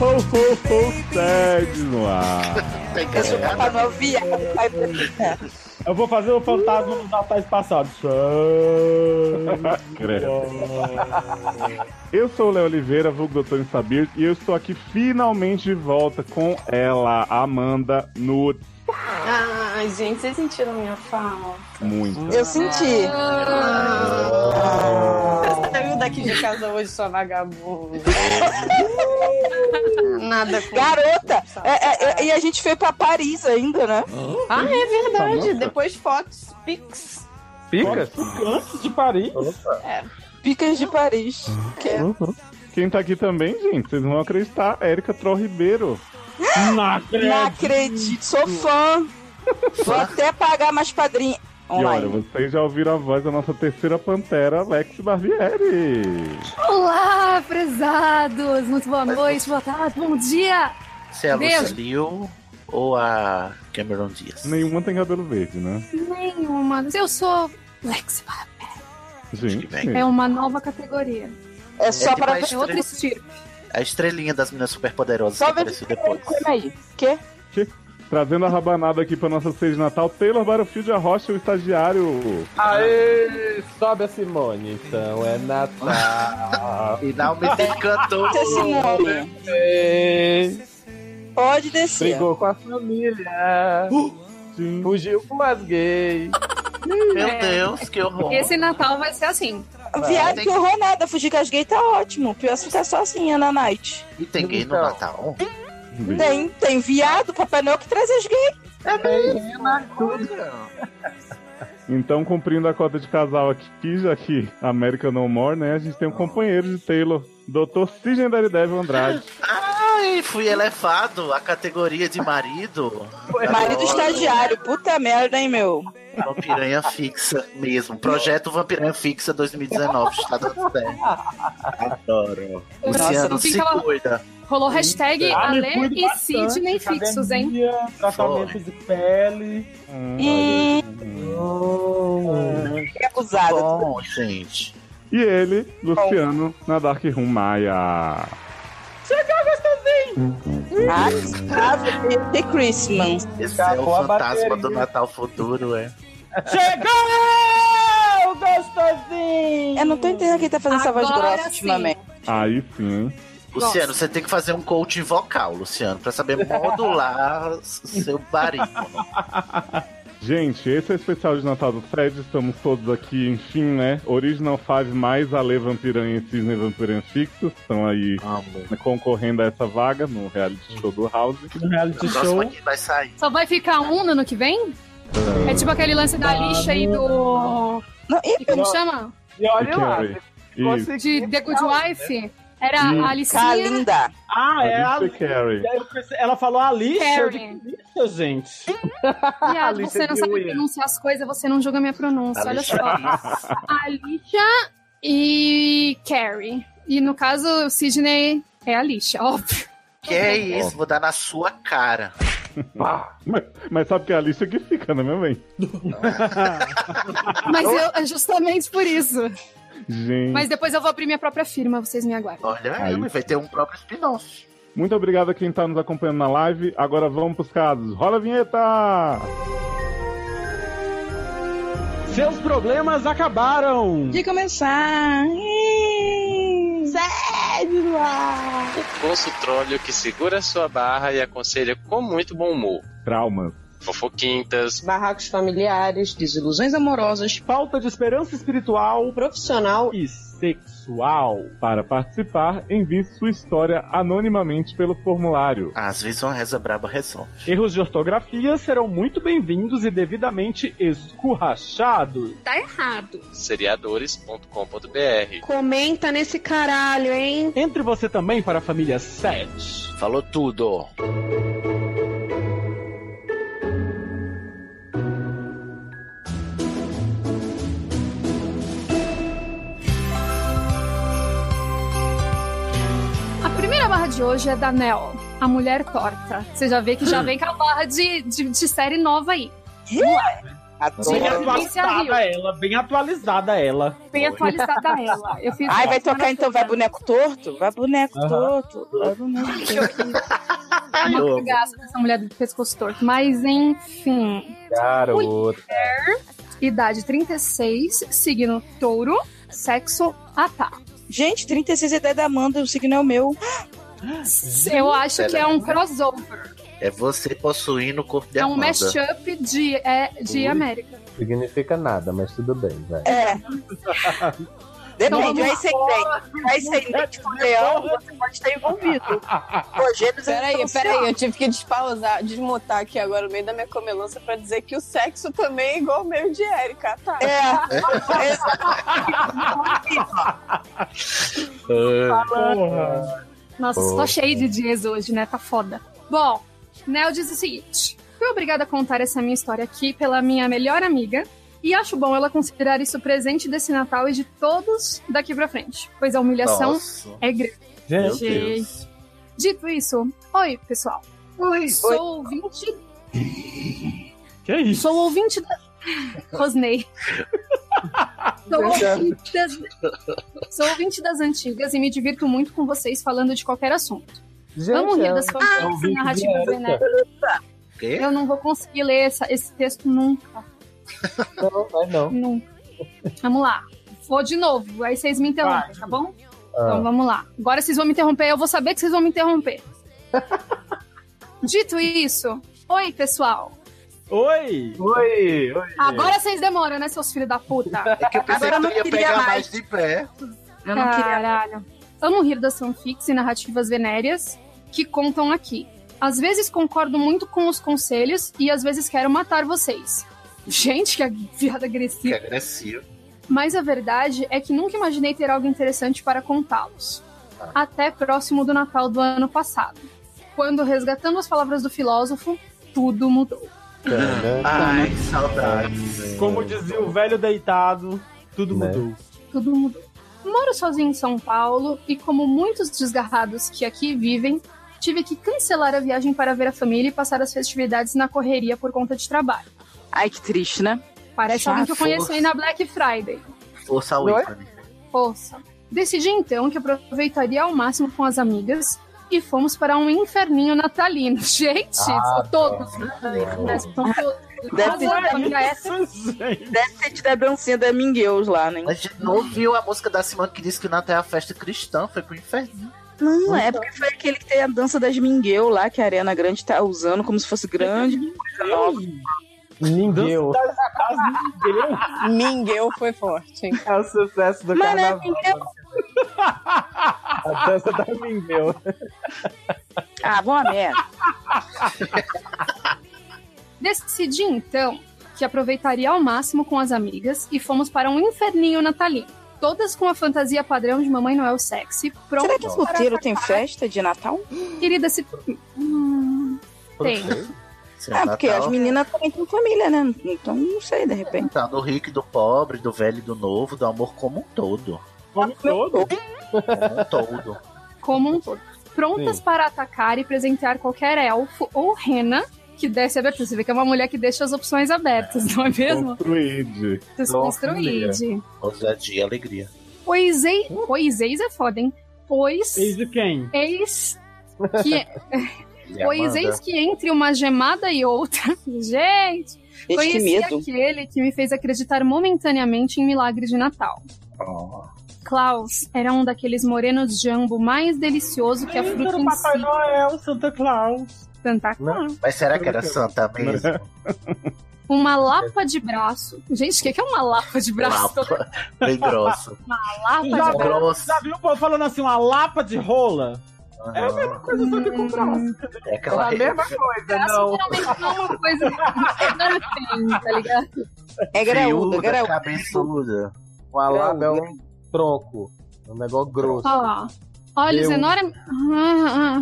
ho, ho, sede no ar. Tem que Eu sou ganhar, Papai né? Noel viado, pai Eu vou fazer o fantasma dos natais passados. Sede Credo. no ar. Eu sou o Léo Oliveira, vulgo Dr. Insabir, e eu estou aqui finalmente de volta com ela, Amanda Nudes. Ai, gente, vocês sentiram minha fala? Muito. Eu senti. Você saiu daqui de casa hoje, sua vagabunda. Nada com... Garota! É, é, é, e a gente foi pra Paris ainda, né? Ah, é verdade. Nossa. Depois Fox, Pix. Picas? Antes de Paris. Picas de Paris. Que Uhum. é- Quem tá aqui também, gente, vocês não vão acreditar, Érica Troll Ribeiro. Na Não credo. acredito, sou fã. Vou até pagar mais padrinho. E olha, Online. vocês já ouviram a voz da nossa terceira pantera, Alex Barbieri. Olá, prezados! Muito boa noite, boa tarde, bom dia! Se é a Lucy Deus. Liu ou a Cameron Diaz. Nenhuma tem cabelo verde, né? Nenhuma. Eu sou Lex Barbieri. Gente. É uma nova categoria. É É só tipo pra. a É outro estirpe. A estrelinha das meninas superpoderosas que Só ver apareceu depois. Peraí. Quê? Trazendo a rabanada aqui pra nossa ceia de Natal, Taylor Battlefield Arrocha, o estagiário. Aê! Sobe a Simone, então é Natal. E não me decantou. é Esse nome. Ei, Pode descer. Brigou com a família. Sim. Fugiu com umas gays. Meu É. Deus, que horror. Esse Natal vai ser assim. Viado, Tem que horror nada. Fugir com as gays tá ótimo. Pior é ficar sozinha na night. E tem gay no Então. Natal? Uhum. Tem, tem viado, Papai Noel que traz as gays. Então, cumprindo a cota de casal aqui, já que América No More, né? A gente tem um companheiro de Taylor, Dr. Sidney Daredevil Andrade. Ai, fui elevado à categoria de marido. Marido Agora, estagiário. Puta merda, hein, meu. Vampiranha fixa mesmo. Projeto Vampiranha Fixa 2019. Está dando certo. Adoro. Luciano, não se fica lá. cuida. Rolou hashtag Ah, me Ale cuido e bastante, Sidney tá fixos, hein? academia, Tratamento de pele. Hum, Hum. que abusada. Bom, gente. E ele, Luciano, na Dark Room Maia. Ah, ah, The Christmas. Esse é o Acabou a fantasma bateria. do Natal futuro, é. Chegou, gostosinho! Eu não tô entendendo quem tá fazendo essa voz Agora grossa sim. ultimamente. Aí sim, hein? Luciano, você tem que fazer um coaching vocal, Luciano, pra saber modular seu barítono. Gente, esse é o especial de Natal do Fred. Estamos todos aqui, enfim, né? Original 5 mais Ale Vampiranha e Cisne Vampiranha Fixos. Estão aí Amo. concorrendo a essa vaga no reality show do House. No reality O show. próximo aqui vai sair. Só vai ficar um no ano que vem? É tipo aquele lance da lixa e do. Não, e- e Como chama? E olha lá, Carrie. assim, se E De conseguir. The Good Wife? Era Hum. a Alicinha. Calinda. Ah, é a Alicia Carey. Eu pensei- Ela falou a lixa. Eu Carrie. digo, que lixa, gente. Viado, Alicia você não sabe Keys. pronunciar as coisas, você não julga minha pronúncia. Olha Alicia só. Alicia e Carrie. E no caso, o Sidney é a Alicia, óbvio. Que é isso? Vou dar na sua cara. Pá. Mas, mas sabe que é a lista que fica, né, meu bem? Ah, Mas eu, é justamente por isso. Gente, Mas depois eu vou abrir minha própria firma, vocês me aguardem. Olha, Aí. aí. vai ter um próprio spin-off. muito obrigado a quem tá nos acompanhando na live. Agora vamos pros casos. Rola a vinheta! Seus problemas acabaram. De começar. Sede no ar. O consultório que segura sua barra e aconselha com muito bom humor. Traumas. Fofoquintas, barracos familiares, desilusões amorosas, Falta de esperança espiritual profissional. e sexual. Para participar, envie sua história anonimamente pelo formulário. Às vezes uma reza braba resolve. Erros de ortografia serão muito bem-vindos e devidamente escurrachados. Tá errado. seriadores.com.br. Comenta nesse caralho, hein? Entre você também para a família 7. Falou tudo. A primeira barra de hoje é da Nel, a mulher torta. Você já vê que já vem com a barra de, de, de série nova aí. é Bem Sim, Adoro. Província Rio. atualizada ela, bem atualizada ela. Bem atualizada ela. Eu fiz Ai, vai uma tocar então, vai cagada. boneco torto? Vai boneco Aham. torto. Vai boneco torto. Ai, eu Uma amo. cagaça dessa mulher do pescoço torto. Mas enfim. Garoto. Idade 36, signo touro, sexo ataque. Gente, 36 é da Amanda, o signo é o meu. Eu acho Pera que é aí. um crossover. É você possuindo o corpo de É um Amanda. mashup de, é, de Ui. América. Significa nada, mas tudo bem, vai. É. Então Depende, vamos o ascendente. O ascendente com leão, você pode estar envolvido. Ah, Pô, gêmeos é Peraí, peraí, eu tive que despausar, desmutar aqui agora no meio da minha comelância pra dizer que o sexo também é igual o meio de Erika, tá? É, ah. Porra. Nossa, Pô. só cheio de dias hoje, né? Tá foda. Bom, Nel diz o seguinte: fui obrigada a contar essa minha história aqui pela minha melhor amiga. E acho bom ela considerar isso presente desse Natal e de todos daqui pra frente, pois a humilhação Nossa. é grande. Meu Gente, Deus. Dito isso, oi, pessoal. Oi. Sou ouvinte que é isso? Sou ouvinte da. Rosnei. Sou ouvinte, das... Sou ouvinte das antigas e me divirto muito com vocês falando de qualquer assunto. Gente, Vamos rir é- das é fanfics ouvinte e de narrativas Erika. genéricas. O quê? Eu não vou conseguir ler essa- esse texto nunca, Não, vai não. nunca. Vamos lá. Vou de novo, aí vocês me interrompem, tá bom? Então Ah, vamos lá. Agora vocês vão me interromper, eu vou saber que vocês vão me interromper. Dito isso, oi pessoal. Oi! Oi, oi. Agora vocês demoram, né, seus filhos da puta? É que eu pensei Agora eu que não tu ia queria pegar mais. mais. de pé. eu não queria. Caralho. Amo rir das fanfics e narrativas venéreas que contam aqui. Às vezes concordo muito com os conselhos e às vezes quero matar vocês. Gente, que viada Que agressiva. agressivo. Mas a verdade é que nunca imaginei ter algo interessante para contá-los. Até próximo do Natal do ano passado. Quando, resgatando as palavras do filósofo, tudo mudou. Ai, que saudades. Como dizia o velho deitado, tudo Né? mudou. Tudo mudou. Moro sozinho em São Paulo e, como muitos desgarrados que aqui vivem, tive que cancelar a viagem para ver a família e passar as festividades na correria por conta de trabalho. Ai, que triste, né? Parece Ah, alguém que eu força. conheci na Black Friday. Força Não é? Whitney. Poxa. Decidi então que aproveitaria ao máximo com as amigas e fomos para um inferninho natalino. Gente, são todos. né? São todos. Deve Mas a ter- família é essa. gente. Deve ter tido a dancinha da Mingueus lá, né? A gente não ouviu a música da Simone que disse que o Natal é a festa cristã, foi pro inferno. Não, é porque foi aquele que tem a dança das Mingueu lá, que a Arena Grande tá usando como se fosse grande. Ninguém. Quase ninguém. Mingueu foi forte. hein? É o sucesso do Mas é carnaval. Mingueu. A dança da Mingueu. Ah, vão a merda. Decidi então que aproveitaria ao máximo com as amigas e fomos para um inferninho natalino. Todas com a fantasia padrão de Mamãe Noel sexy, Será pronto, que solteiro tem festa de Natal? querida, se... Hum, tem. É, Esse Ah, porque Natal. as meninas também têm família, né? Então não sei, de repente. Tá do rico e do pobre, do velho e do novo, do amor como um todo. Como todo. Como um todo. como um todo. Prontas Sim. para atacar e presentear qualquer elfo ou rena que desse abertura. Você vê que é uma mulher que deixa as opções abertas, não é mesmo? Construíde. Desconstruíde. Ousadia e alegria. Pois eis, pois eis é foda, hein? Pois Hum? Eis É de quem? eis que E Pois é Amanda? eis que entre uma gemada e outra, gente, Gente, que conheci medo. aquele que me fez acreditar momentaneamente em milagre de Natal. Ó, Klaus era um daqueles morenos jambo mais delicioso que é a Eis fruta era o em Papai si. Noel, Santa Claus. Santa Claus. Mas será que era santa mesmo? Uma lapa de braço. Gente, o que que é uma lapa de braço? Lapa. Bem grossa. Lapa de Já- braço. Já grossa. viu o povo falando assim, uma lapa de rola? É a mesma coisa, só que com braço. É É aquela a mesma coisa, Braço não. geralmente não é uma coisa que não tem, tá ligado? É graúdo, é fiúda, graúdo. cabeçuda. Uma lábia é Não, um tronco. Um negócio grosso. Olha lá. Olhos Meu. enormes. Ah,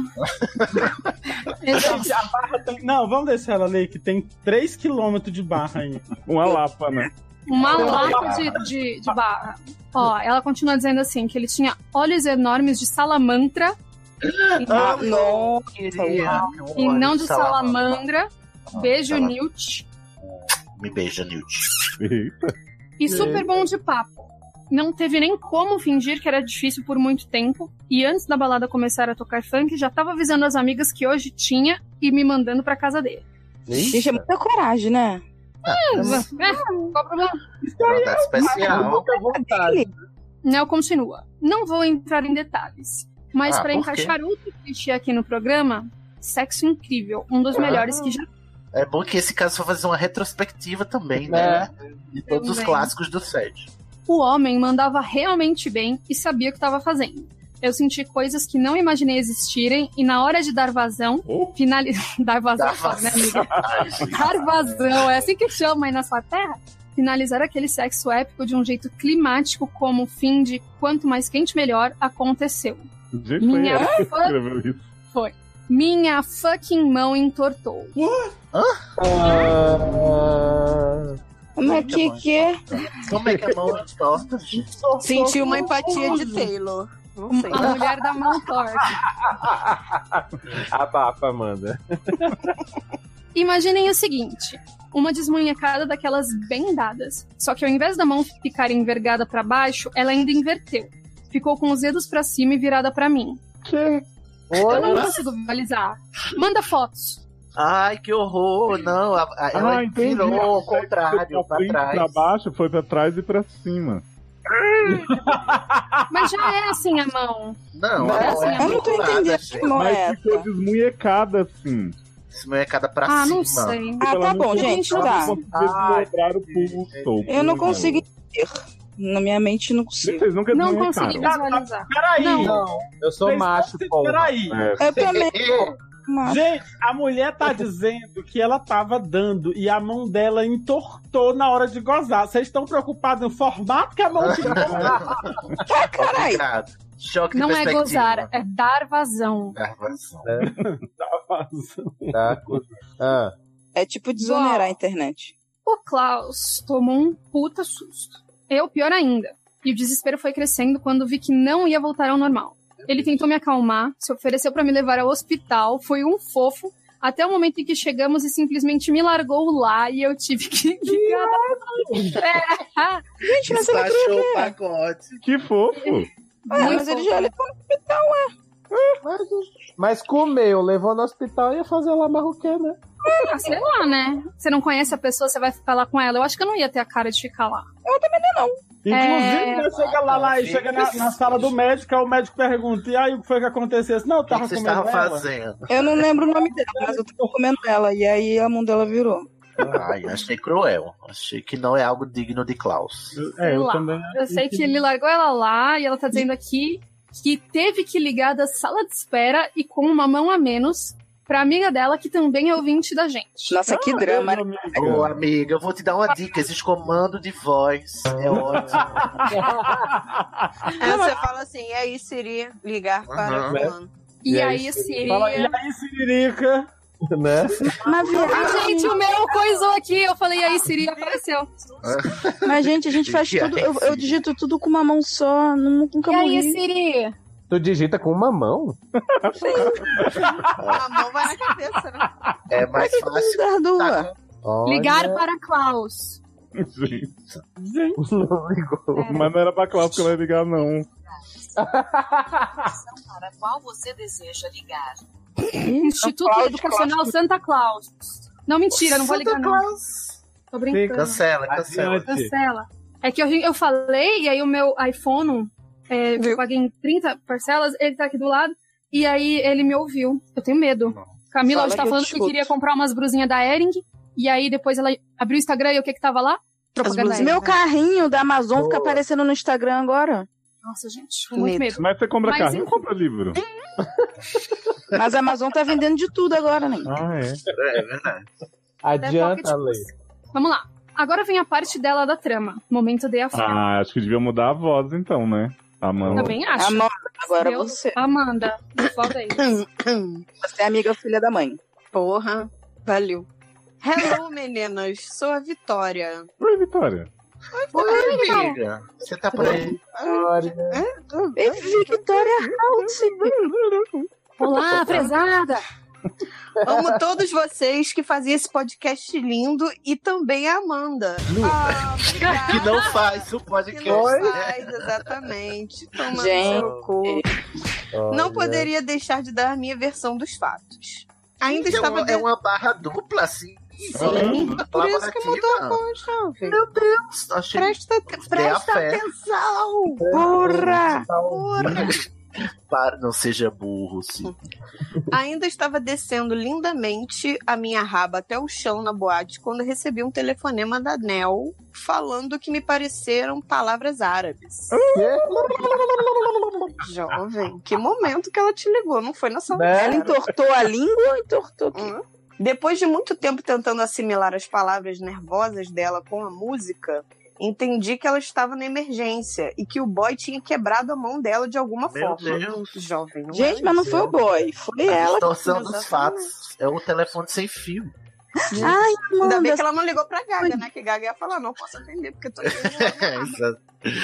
ah. Exato. Gente, a barra tem... Não, vamos deixar ela ali, que tem 3km de barra ainda. Uma lapa, né? Uma lata de, de, de barra. Ó, ela continua dizendo assim, que ele tinha olhos enormes de salamantra Ah, nossa. Queria um e olho não de salamandra. salamandra. Ah, Beijo, salamandra. Newt. Me beija, Newt. Eita. E super bom de papo. Não teve nem como fingir que era difícil por muito tempo. E antes da balada começar a tocar funk, já tava avisando as amigas que hoje tinha e me mandando pra casa dele. Gente, é muita coragem, né? É, qual o problema? Mandar especial. Fica à vontade. Nel continua. Não vou entrar em detalhes, mas Ah, pra por encaixar outro clichê aqui no programa, sexo incrível, um dos melhores que já É bom que esse caso foi fazer uma retrospectiva também, né? De todos os Também. clássicos do set. o homem mandava realmente bem e sabia o que estava fazendo. Eu senti coisas que não imaginei existirem e na hora de dar vazão, Oh. finali... dar vazão, Dá foda, né, amiga? Ai, gente. Dar vazão, é assim que chama aí na sua terra? Finalizar aquele sexo épico de um jeito climático, como o fim de quanto mais quente melhor, aconteceu. Gente, foi Minha ela que fã escreveu isso. Minha fucking mão entortou. Ah. Como é que que é? Como é que a mão resposta, gente? Senti uma empatia de Taylor. Não sei. A mulher da mão torta. Abafa, Amanda. Imaginem o seguinte: uma desmunhecada daquelas bem dadas. Só que ao invés da mão ficar envergada pra baixo, ela ainda inverteu. Ficou com os dedos pra cima e virada pra mim. Eu não consigo visualizar. Manda fotos. Ai, que horror! Não, a- a- ela Ah, entendi. virou ao Foi contrário, pra pra frente, pra trás. baixo, foi pra trás e pra cima. Mas já é assim a mão. Não, Não, a mão assim, é eu Eu não tô articulada, entendendo que gente. mão é Mas ficou essa. desmunhecada, assim. Esse mão é cada pra Ah, cima. não sei. Ah, Ela tá não bom, conseguiu- gente, ela tá. não conseguiu desdobrar o pulso, Ah, o Eu não punho. consigo entender. Na minha mente, não consigo. Vocês nunca Não desmunhecaram. consegui visualizar. Peraí. Não. Não, eu sou Vocês- macho, pô. Peraí. É, Eu também. É, Mas... Gente, a mulher tá dizendo que ela tava dando e a mão dela entortou na hora de gozar. Vocês estão preocupados no formato que a mão ficou? Tá, carai! complicado. Choque Não de é perspectiva. gozar, é dar vazão. Dá vazão. Tá? Ah, É tipo desonerar a internet. O Klaus tomou um puta susto. Eu, pior ainda. E o desespero foi crescendo quando vi que não ia voltar ao normal. Ele tentou me acalmar, se ofereceu pra me levar ao hospital, foi um fofo, até o momento em que chegamos e simplesmente me largou lá e eu tive que ligar. É, Gente, mas ele Despachou o pacote. Que fofo. Ah, muito mas ele fofo. já levou no hospital. mas comeu, levou no hospital e ia fazer lá marroquê, né? Ah, sei lá, né? Você não conhece a pessoa, você vai ficar lá com ela. Eu acho que eu não ia ter a cara de ficar lá. Inclusive, né, chega lá, lá e Sim. chega na, na sala do médico, aí o médico pergunta: e aí o que foi que aconteceu? Eu disse, Não, eu O que, tava que vocês comendo estavam ela. fazendo? Eu não lembro o nome dela, mas eu tô comendo ela. E aí a mão dela virou. Ai, achei cruel. Achei que não é algo digno de É, Klaus. Sei lá. Eu sei que ele largou ela lá e ela tá dizendo aqui que teve que ligar da sala de espera e com uma mão a menos pra amiga dela, que também é ouvinte da gente. Nossa, Ah, que drama. né? Ô, amiga, eu vou te dar uma dica. Esses comandos de voz é ótimo. Aí você fala assim, e aí, Siri, ligar para Aham. fulano. E, Ah, Né? E aí, aí, Siri. Fala, e aí, Siririca? Né? Mas, Ah, viado, gente, o meu coisou aqui. Eu falei, e aí, Siri, apareceu. mas, gente, a gente faz Que tudo. Eu, eu digito tudo com uma mão só. nu- Nunca E aí, morri. Siri? Tu digita com uma mão? A mão vai na cabeça, né? É mais fácil. Dardua. Tá, Olha, Ligar para Klaus. Gente, Não ligou. mas não era pra Cláudia que ela ia ligar, não. Para qual você deseja ligar? Instituto Klaus, Educacional Santa Claus. Não, mentira, não vou ligar não. Tô brincando. cancela, cancela. Adiante. Cancela. É que eu, eu falei, e aí o meu iPhone, é, eu paguei em 30 parcelas, ele tá aqui do lado, e aí ele me ouviu. Eu tenho medo. Camila Fala hoje tá que eu falando te que escuto. queria comprar umas brusinhas da Ering, e aí depois ela abriu o Instagram e o que que tava lá? Propaganda blusinhas. Hering. né? Meu carrinho da Amazon fica Boa. aparecendo no Instagram agora. Nossa, gente, com muito Medo. medo. Mas você compra Mas carrinho ou enfim. compra livro? Mas a Amazon tá vendendo de tudo agora, né? Ah, é. É verdade. Adianta, Pocket Lê. Vamos lá. Agora vem a parte dela da trama. Momento de afã. Ah, acho que devia mudar a voz, então, né? Amanda. Também A acho. mão, agora Meu- você. Amanda, volta aí. Você é amiga filha da mãe. Porra, valeu. Hello, meninas. Sou a Vitória. Oi, Vitória. Oi, amiga. Você tá por aí? um Olha, tá- Ei, Victoria House. Olá, prezada! Amo todos vocês que faziam esse podcast lindo e também a Amanda. Ah, obrigada. Que não faz o Que podcast. não né? faz, exatamente. Tomando Gente. seu cu. Não poderia deixar de dar a minha versão dos fatos. Ainda Gente, é estava uma- É uma barra dupla, assim. Sim, por isso que mudou a voz, jovem. Meu Deus, achei Presta, presta fé. É, atenção! Porra! Porra! Para, não seja burro, sim. Ainda estava descendo lindamente a minha raba até o chão na boate quando recebi um telefonema da Nel falando que me pareceram palavras árabes. Jovem, que momento que ela te ligou, não foi na sua Ela entortou a língua ou entortou aqui? Hum. Depois de muito tempo tentando assimilar as palavras nervosas dela com a música, entendi que ela estava na emergência e que o boy tinha quebrado a mão dela de alguma Meu forma. Deus. Jovem, não é Gente, mas não é foi o boy, foi A ela. distorção dos exatamente. fatos. É o telefone sem fio. Ai, Ainda bem Amanda, que ela não ligou pra Gaga, né? Que Gaga ia falar, não posso atender, porque eu tô aqui. É, Exato.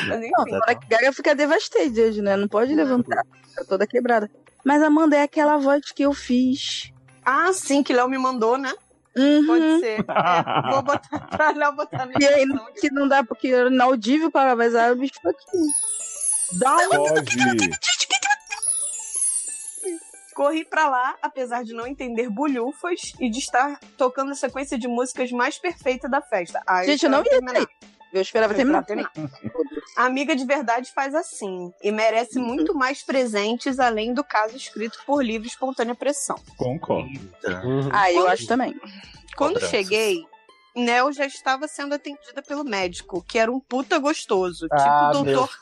Mas enfim. agora que Gaga fica devastada, né? Não pode levantar, tá toda quebrada. Mas Amanda, é aquela voz que eu fiz. Ah, sim, que Léo me mandou, né? Uhum. Pode ser. É, vou botar pra Léo botar na E aí, edição. que não dá, porque era inaudível para mais árabes foi aqui. Dá um Pode. Corri pra lá, apesar de não entender bolhufas e de estar tocando a sequência de músicas mais perfeita da festa. Ah, Gente, eu não ia espero terminar. Eu esperava terminar. Terminar. A amiga de verdade faz assim e merece muito mais presentes além do caso escrito por livre e espontânea pressão. Concordo. Então. Uhum. Ah, eu acho também. Quando Cobranças. cheguei, Nel já estava sendo atendida pelo médico, que era um puta gostoso, Ah, tipo o meu doutor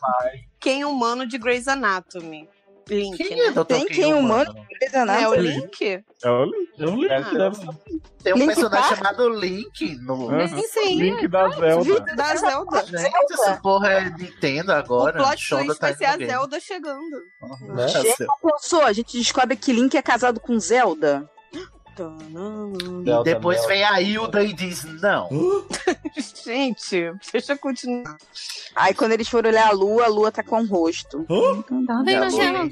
Ken humano de Grey's Anatomy. Link, Quem é né? Dr. Tem quem humano? Beleza, É o nada. Link? É o link. Eu li. né? Ah. deve ser- Tem um Link personagem Park? chamado Link no. Hã? Sim, sim. Link da Zelda. Da Zelda. Gente, essa porra é Nintendo O agora. plot Shonda twist tá vai ser a indo bem. Zelda chegando. Tá Chega, certo. pensou? é A gente descobre que Link é casado com Zelda. E depois vem a Hilda e diz: Não. Gente, deixa eu continuar. Aí quando eles foram olhar a lua, a lua tá com o rosto. Vem na Alô? gelada,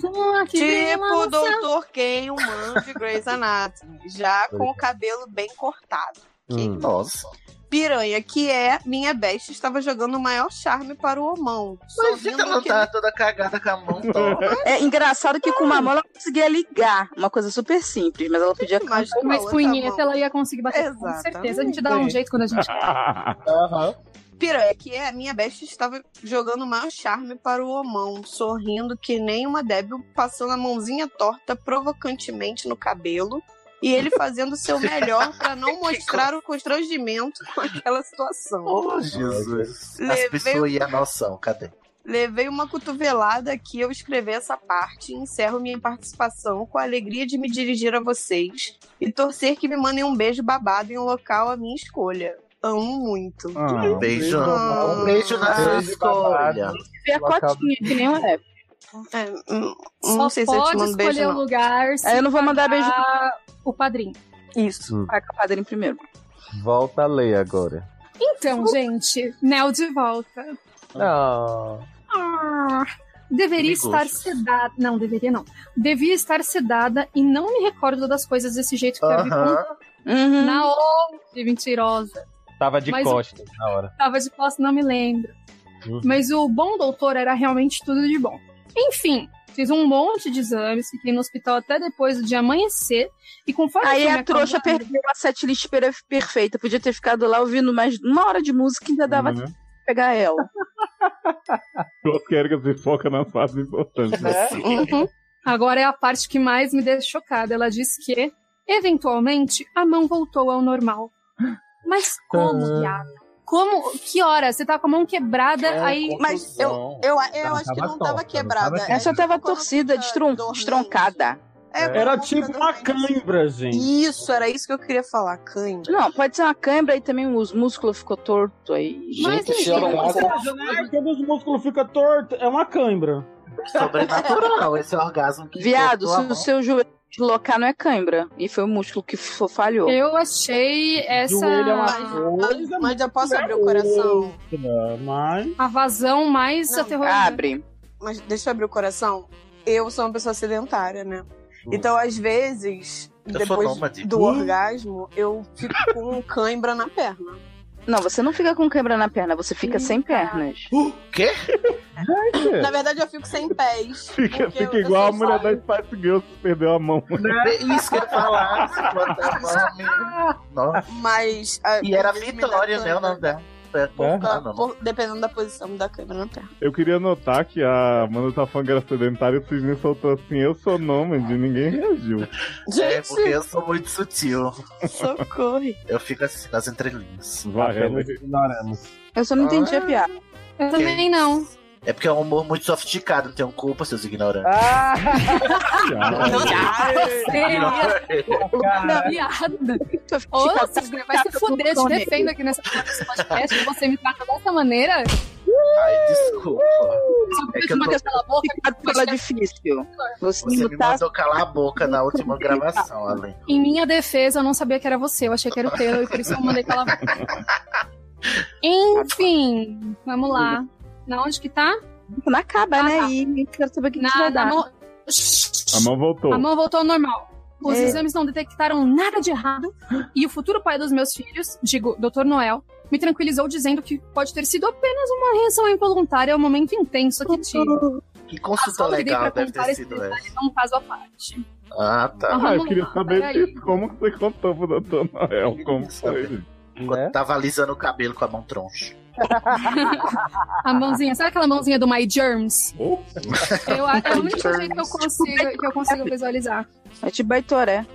que vem lá Tipo o no céu. Dr. Ken, humano de Grey's Anatomy. Já com o cabelo bem cortado. Hum. Uhum. Nossa. Piranha, que é minha besta, estava jogando o maior charme para o homão. Mas gente, ela que tá toda cagada com a mão torta. É engraçado que com uma mão ela conseguia ligar. Uma coisa super simples, mas ela podia Mas com Mas a outra punheta mão. ela ia conseguir bater, com Exatamente. certeza. A gente dá um jeito quando a gente... Ah, Piranha, que é minha besta, estava jogando o maior charme para o homão, sorrindo que nem uma débil, passando a mãozinha torta provocantemente no cabelo. E ele fazendo o seu melhor para não mostrar o constrangimento com aquela situação. oh, Jesus. As Levei- pessoas e a noção, cadê? Levei uma cotovelada aqui eu escrevi essa parte e encerro minha participação com a alegria de me dirigir a vocês e torcer que me mandem um beijo babado em um local à minha escolha. Amo muito. Ah, Beijo. Ah. Um beijo na sua Beijo babado. escolha. ver a Ela acaba- cotinha, que nem uma época. É, hum, Só não sei se eu te pode mando escolher um o beijo, não. É, lugar se Aí eu não vou mandar beijo. pagar o padrinho. Isso. Vai com a padrinho primeiro. Volta a ler agora. Então, gente, Nel de volta. Ah. Ah, deveria Que estar gosto. sedada. Não, deveria não. Devia estar sedada e não me recordo das coisas desse jeito que eu vi Aham. com- Uhum. na onde, mentirosa. Tava de Mas o- costas na hora. Tava de posse, não me lembro. Uhum. Mas o bom doutor era realmente tudo de bom. Enfim, fiz um monte de exames, fiquei no hospital até depois de amanhecer. E conforme eu Aí fui me a trouxa acalmando- perdeu a setlist per- perfeita. Podia ter ficado lá ouvindo mais uma hora de música e ainda dava pra né? pegar ela. Duas quergas e foca nas partes importantes. Né? Uhum. Agora é a parte que mais me deixa chocada. Ela diz que, eventualmente, a mão voltou ao normal. Mas Ah. como, viado? Como? Que hora? Você tá com a mão quebrada, É, aí. Mas eu, eu, eu acho que tava não tava torta, quebrada. não tava Ela só tava É. Quando torcida, fica destron- dormente. destroncada. É, quando Era fica tipo uma dormente. cãibra, gente. Isso, era isso que eu queria falar, cãibra. Não, pode ser uma câimbra e também os músculos ficou torto aí. Mas, Gente, enfim, chega um Ou lá, seja, né, quando os músculos ficam tortos, é uma cãibra. Sobrenatural, esse orgasmo que Viado, cortou a se mão. o seu joelho deslocar não é câimbra. E foi o músculo que fo- falhou. eu achei essa. Joelho é uma A coisa, Mas, mas já posso abrir o coração? outra, mas... vazão mais Não, aterrorizante. Abre. mas deixa eu abrir o coração. Eu sou uma pessoa sedentária, né? Então, às vezes, Hum. Eu sou depois nômade. do orgasmo, eu fico com um cãibra na perna. Não, você não fica com quebra na perna, você fica sem tá. pernas. O quê? Na verdade, eu fico sem pés. Fica, porque fica eu- igual a eu sou mulher só- da Spice Girls que perdeu a mão. É Isso que eu ia falar. se botar a mão, amigo. Nossa. Mas. E era Vitória, né? O nome dela. É, pô, tá, não. né? dependendo da posição da câmera na perna. Eu queria notar que a Amanda tá falando que era sedentária e o Sidney soltou assim, eu sou nômade, e ninguém reagiu. É porque eu sou muito sutil. Socorre. Eu fico assim nas entrelinhas. Vai, é ela- Ignoramos. Eu só não entendi a piada. Eu também não. É porque é um humor muito sofisticado, não tenham culpa, seus ignorantes. Ah, Seria piada. é Tipo, Ô, tá Cisne, vai se fuder, te defendo aqui nessa porra desse podcast. Você me trata dessa maneira? Ai, desculpa. Só É porque que eu eu uma tô- cala a boca. Fala difícil. Você, Você me tá mandou calar a boca na última gravação, Ale. Em minha defesa, eu não sabia que era você. Eu achei que era o Taylor e por isso eu mandei calar a boca. Enfim, vamos lá. Na onde que tá? não acaba, Ah, né? tá. E quero saber o que, que Na, vai na dar. mão... A mão voltou. A mão voltou ao normal. Os É. exames não detectaram nada de errado e o futuro pai dos meus filhos, digo, Dr. Noel, me tranquilizou dizendo que pode ter sido apenas uma reação involuntária ao momento intenso que tive. Que Ah, só liguei pra consulta legal deve contar ter esse sido essa. É um caso à parte. Ah, tá. Ah, eu vamos queria lá, saber peraí. disso, como que você contou pro Dr. Noel, como foi. gente? Né? Tava tá alisando o cabelo com a mão troncha. A mãozinha, sabe aquela mãozinha do My Germs? Oh, Eu, é o único jeito que eu consigo, que eu consigo visualizar. É tipo Baitoré.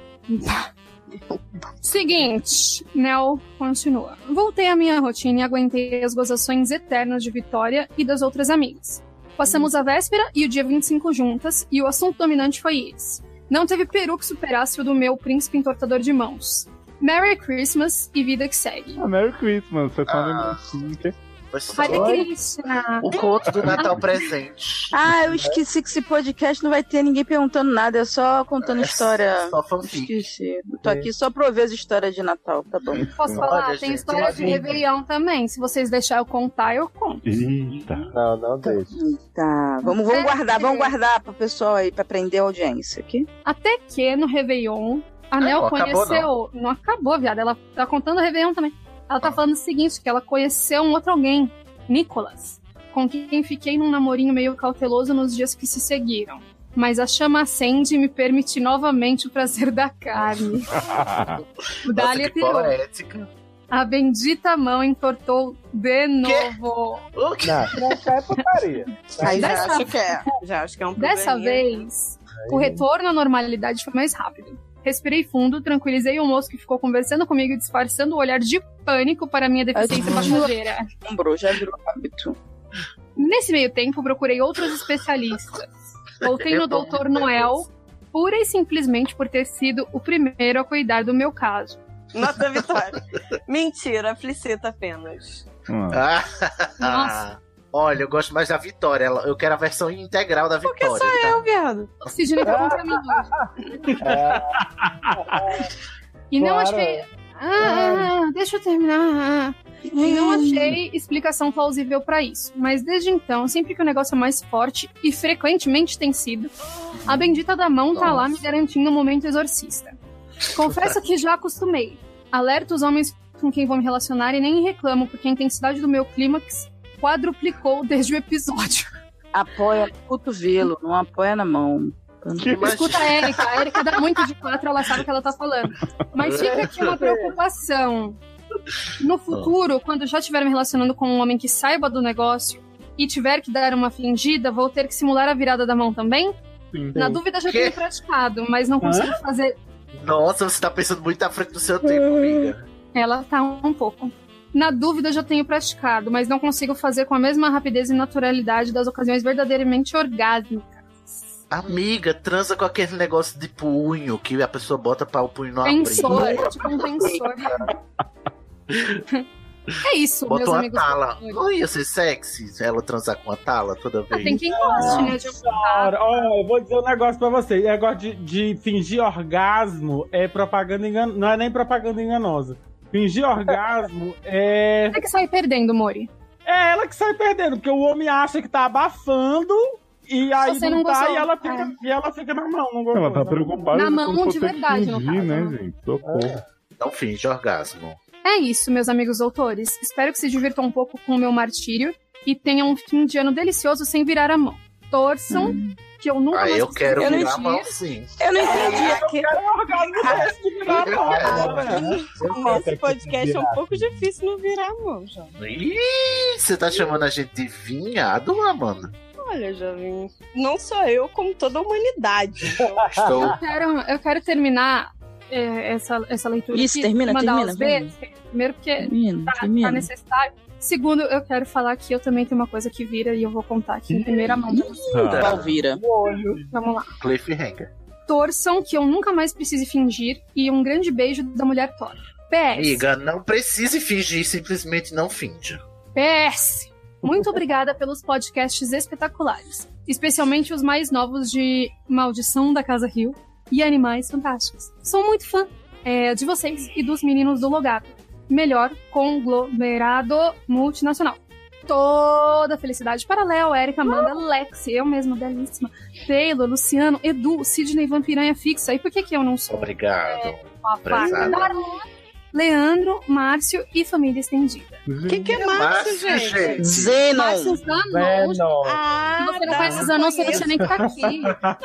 Seguinte, Nel continua. Voltei à minha rotina e aguentei as gozações eternas de Vitória e das outras amigas. Passamos a véspera e o dia 25 juntas, e o assunto dominante foi esse. Não teve peru que superasse o do meu príncipe entortador de mãos. Merry Christmas e vida que segue. ah, Merry Christmas, você tá Ah. lembrando assim, que- Foi só Hare Krishna! o conto do Natal presente. Ah, eu esqueci que esse podcast não vai ter ninguém perguntando nada, é só contando é história. Só assim. fanfic. Esqueci. Tô aqui só pra ouvir as histórias de Natal, tá bom. Posso Olha, falar? Tem gente, história de olha. Réveillon também. Se vocês deixarem eu contar, eu conto. Eita. Não, não deixa. Tá, vamos, vamos guardar, vamos guardar pro pessoal aí, pra prender a audiência aqui. Até que no Réveillon, a Nel Ah, não Ah. acabou, conheceu. não. acabou, viada. Ela tá contando o Réveillon também. Ela tá falando o seguinte: que ela conheceu um outro alguém, Nicolas, com quem fiquei num namorinho meio cauteloso nos dias que se seguiram. Mas a chama acende e me permite novamente o prazer da carne. Ah. O Nossa, Dali é que é pirou. poética. A bendita mão entortou de novo. O quê? Não, nessa é putaria. Aí já Dessa- acho que é. Já acho que é um Dessa probleminha. vez, o retorno à normalidade foi mais rápido. Respirei fundo, tranquilizei o moço que ficou conversando comigo e disfarçando o olhar de pânico para minha deficiência Ai, passageira. Lembrou, já virou hábito. Nesse meio tempo, procurei outros especialistas. Voltei no Eu tô Dr. muito Noel, pura e simplesmente por ter sido o primeiro a cuidar do meu caso. Nossa, Vitória. Mentira, fliceta apenas. Ah, Ah, Nossa. Olha, eu gosto mais da Vitória. ela- Eu quero a versão integral da Vitória. tá? Eu, viado. Sidney tá contra mim hoje. E não Claro. achei. Ah, ah, deixa eu terminar. Ah, E não achei explicação plausível pra isso, mas desde então, sempre que o negócio é mais forte, e frequentemente tem sido, a bendita da mão tá lá me garantindo um momento exorcista. Confesso que já acostumei. Alerto os homens com quem vou me relacionar e nem reclamo, porque a intensidade do meu clímax quadruplicou desde o episódio. Apoia no cotovelo, não apoia na mão. Que- Escuta a Erika, a Erika dá muito de quatro, ela sabe o que ela tá falando. Mas fica aqui uma preocupação. No futuro, quando já estiver me relacionando com um homem que saiba do negócio e tiver que dar uma fingida, vou ter que simular a virada da mão também? sim. Na dúvida, já Quê? tenho praticado, mas não consigo fazer. Nossa, você tá pensando muito à frente do seu tempo, Uhum. amiga. Ela tá um pouco. Na dúvida, já tenho praticado, mas não consigo fazer com a mesma rapidez e naturalidade das ocasiões verdadeiramente orgásmicas. Amiga, transa com aquele negócio de punho que a pessoa bota pra o punho não Pensor, abrir. tipo um pensor. é isso, Bota um meus uma amigos. tala. Não ia ser sexy ela transar com a tala toda Ah, vez. tem quem goste, né? de Senhora, ó, eu vou dizer um negócio pra vocês. O negócio de, de fingir orgasmo é propaganda enganosa. Não é nem propaganda enganosa. Fingir orgasmo é. Como é que sai perdendo, Mori? É ela que sai perdendo, porque o homem acha que tá abafando e aí você não não tá, gostou. e ela, fica, Ah. e ela fica na mão, não gostou. Ela tá sabe? preocupada Na com mão de você verdade, no fingir, caso, né, né? gente? Socorro. Não finge orgasmo. É isso, meus amigos doutores. Espero que se divirtam um pouco com o meu martírio e tenham um fim de ano delicioso sem virar a mão. Torçam, que eu nunca Ah, mais eu consigo- quero não virar a entendi. mão sim. Eu É, não entendi. Eu quero um orgasmo desse tá de tá virar a mão agora. Nesse podcast é um pouco difícil não virar a mão, jovem. Ih, você tá chamando a gente de vinhado, Amanda? Olha, jovem, não só eu, como toda a humanidade. Estou. Eu quero, eu quero terminar é, essa, essa leitura. Isso, aqui, termina, mandar termina, os termina. beijos. Primeiro, porque Termina, tá termina. necessário. Segundo, eu quero falar que eu também tenho uma coisa que vira e eu vou contar aqui Hum. em primeira mão. pra vocês. Tá. Qual vira? Vamos lá. Cliffhanger. Torçam que eu nunca mais precise fingir e um grande beijo da mulher Thor. É PS. Amiga, não precise fingir, simplesmente não finge. PS. Muito obrigada pelos podcasts espetaculares, especialmente os mais novos de Maldição da Casa Rio e Animais Fantásticos. Sou muito fã é, de vocês e dos meninos do Logado. Melhor conglomerado multinacional. Toda felicidade para Léo, Érica, Amanda, Lexi, eu mesma, belíssima, Taylor, Luciano, Edu, Sidney, Vampiranha Fixa. E por que, que eu não sou? Obrigado. É, Uma vaca. Prezada. um Darlan, Leandro, Márcio e família estendida. O que, que é Márcio, Márcio, gente? gente. Márcio Zenon! É, Zanon, Ah, você não tá, conhece os anões, você não conheço. tinha nem que estar aqui.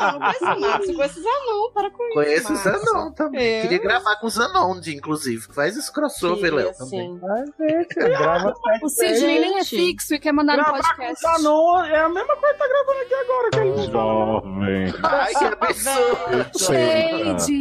Não, não conheço o Márcio, eu conheço os anões, para com isso. Conheço o Márcio. Zanon também. Eu? Queria gravar com o Zanon, de- inclusive. Faz esse crossover, Queria, Léo, também. sim. Mas, gente, grava O Sidney nem é Gente. fixo e quer mandar no Gravar com o podcast. Zanon é a mesma coisa que tá gravando aqui agora, que a gente fala. Jovem. Ai, que absurdo. um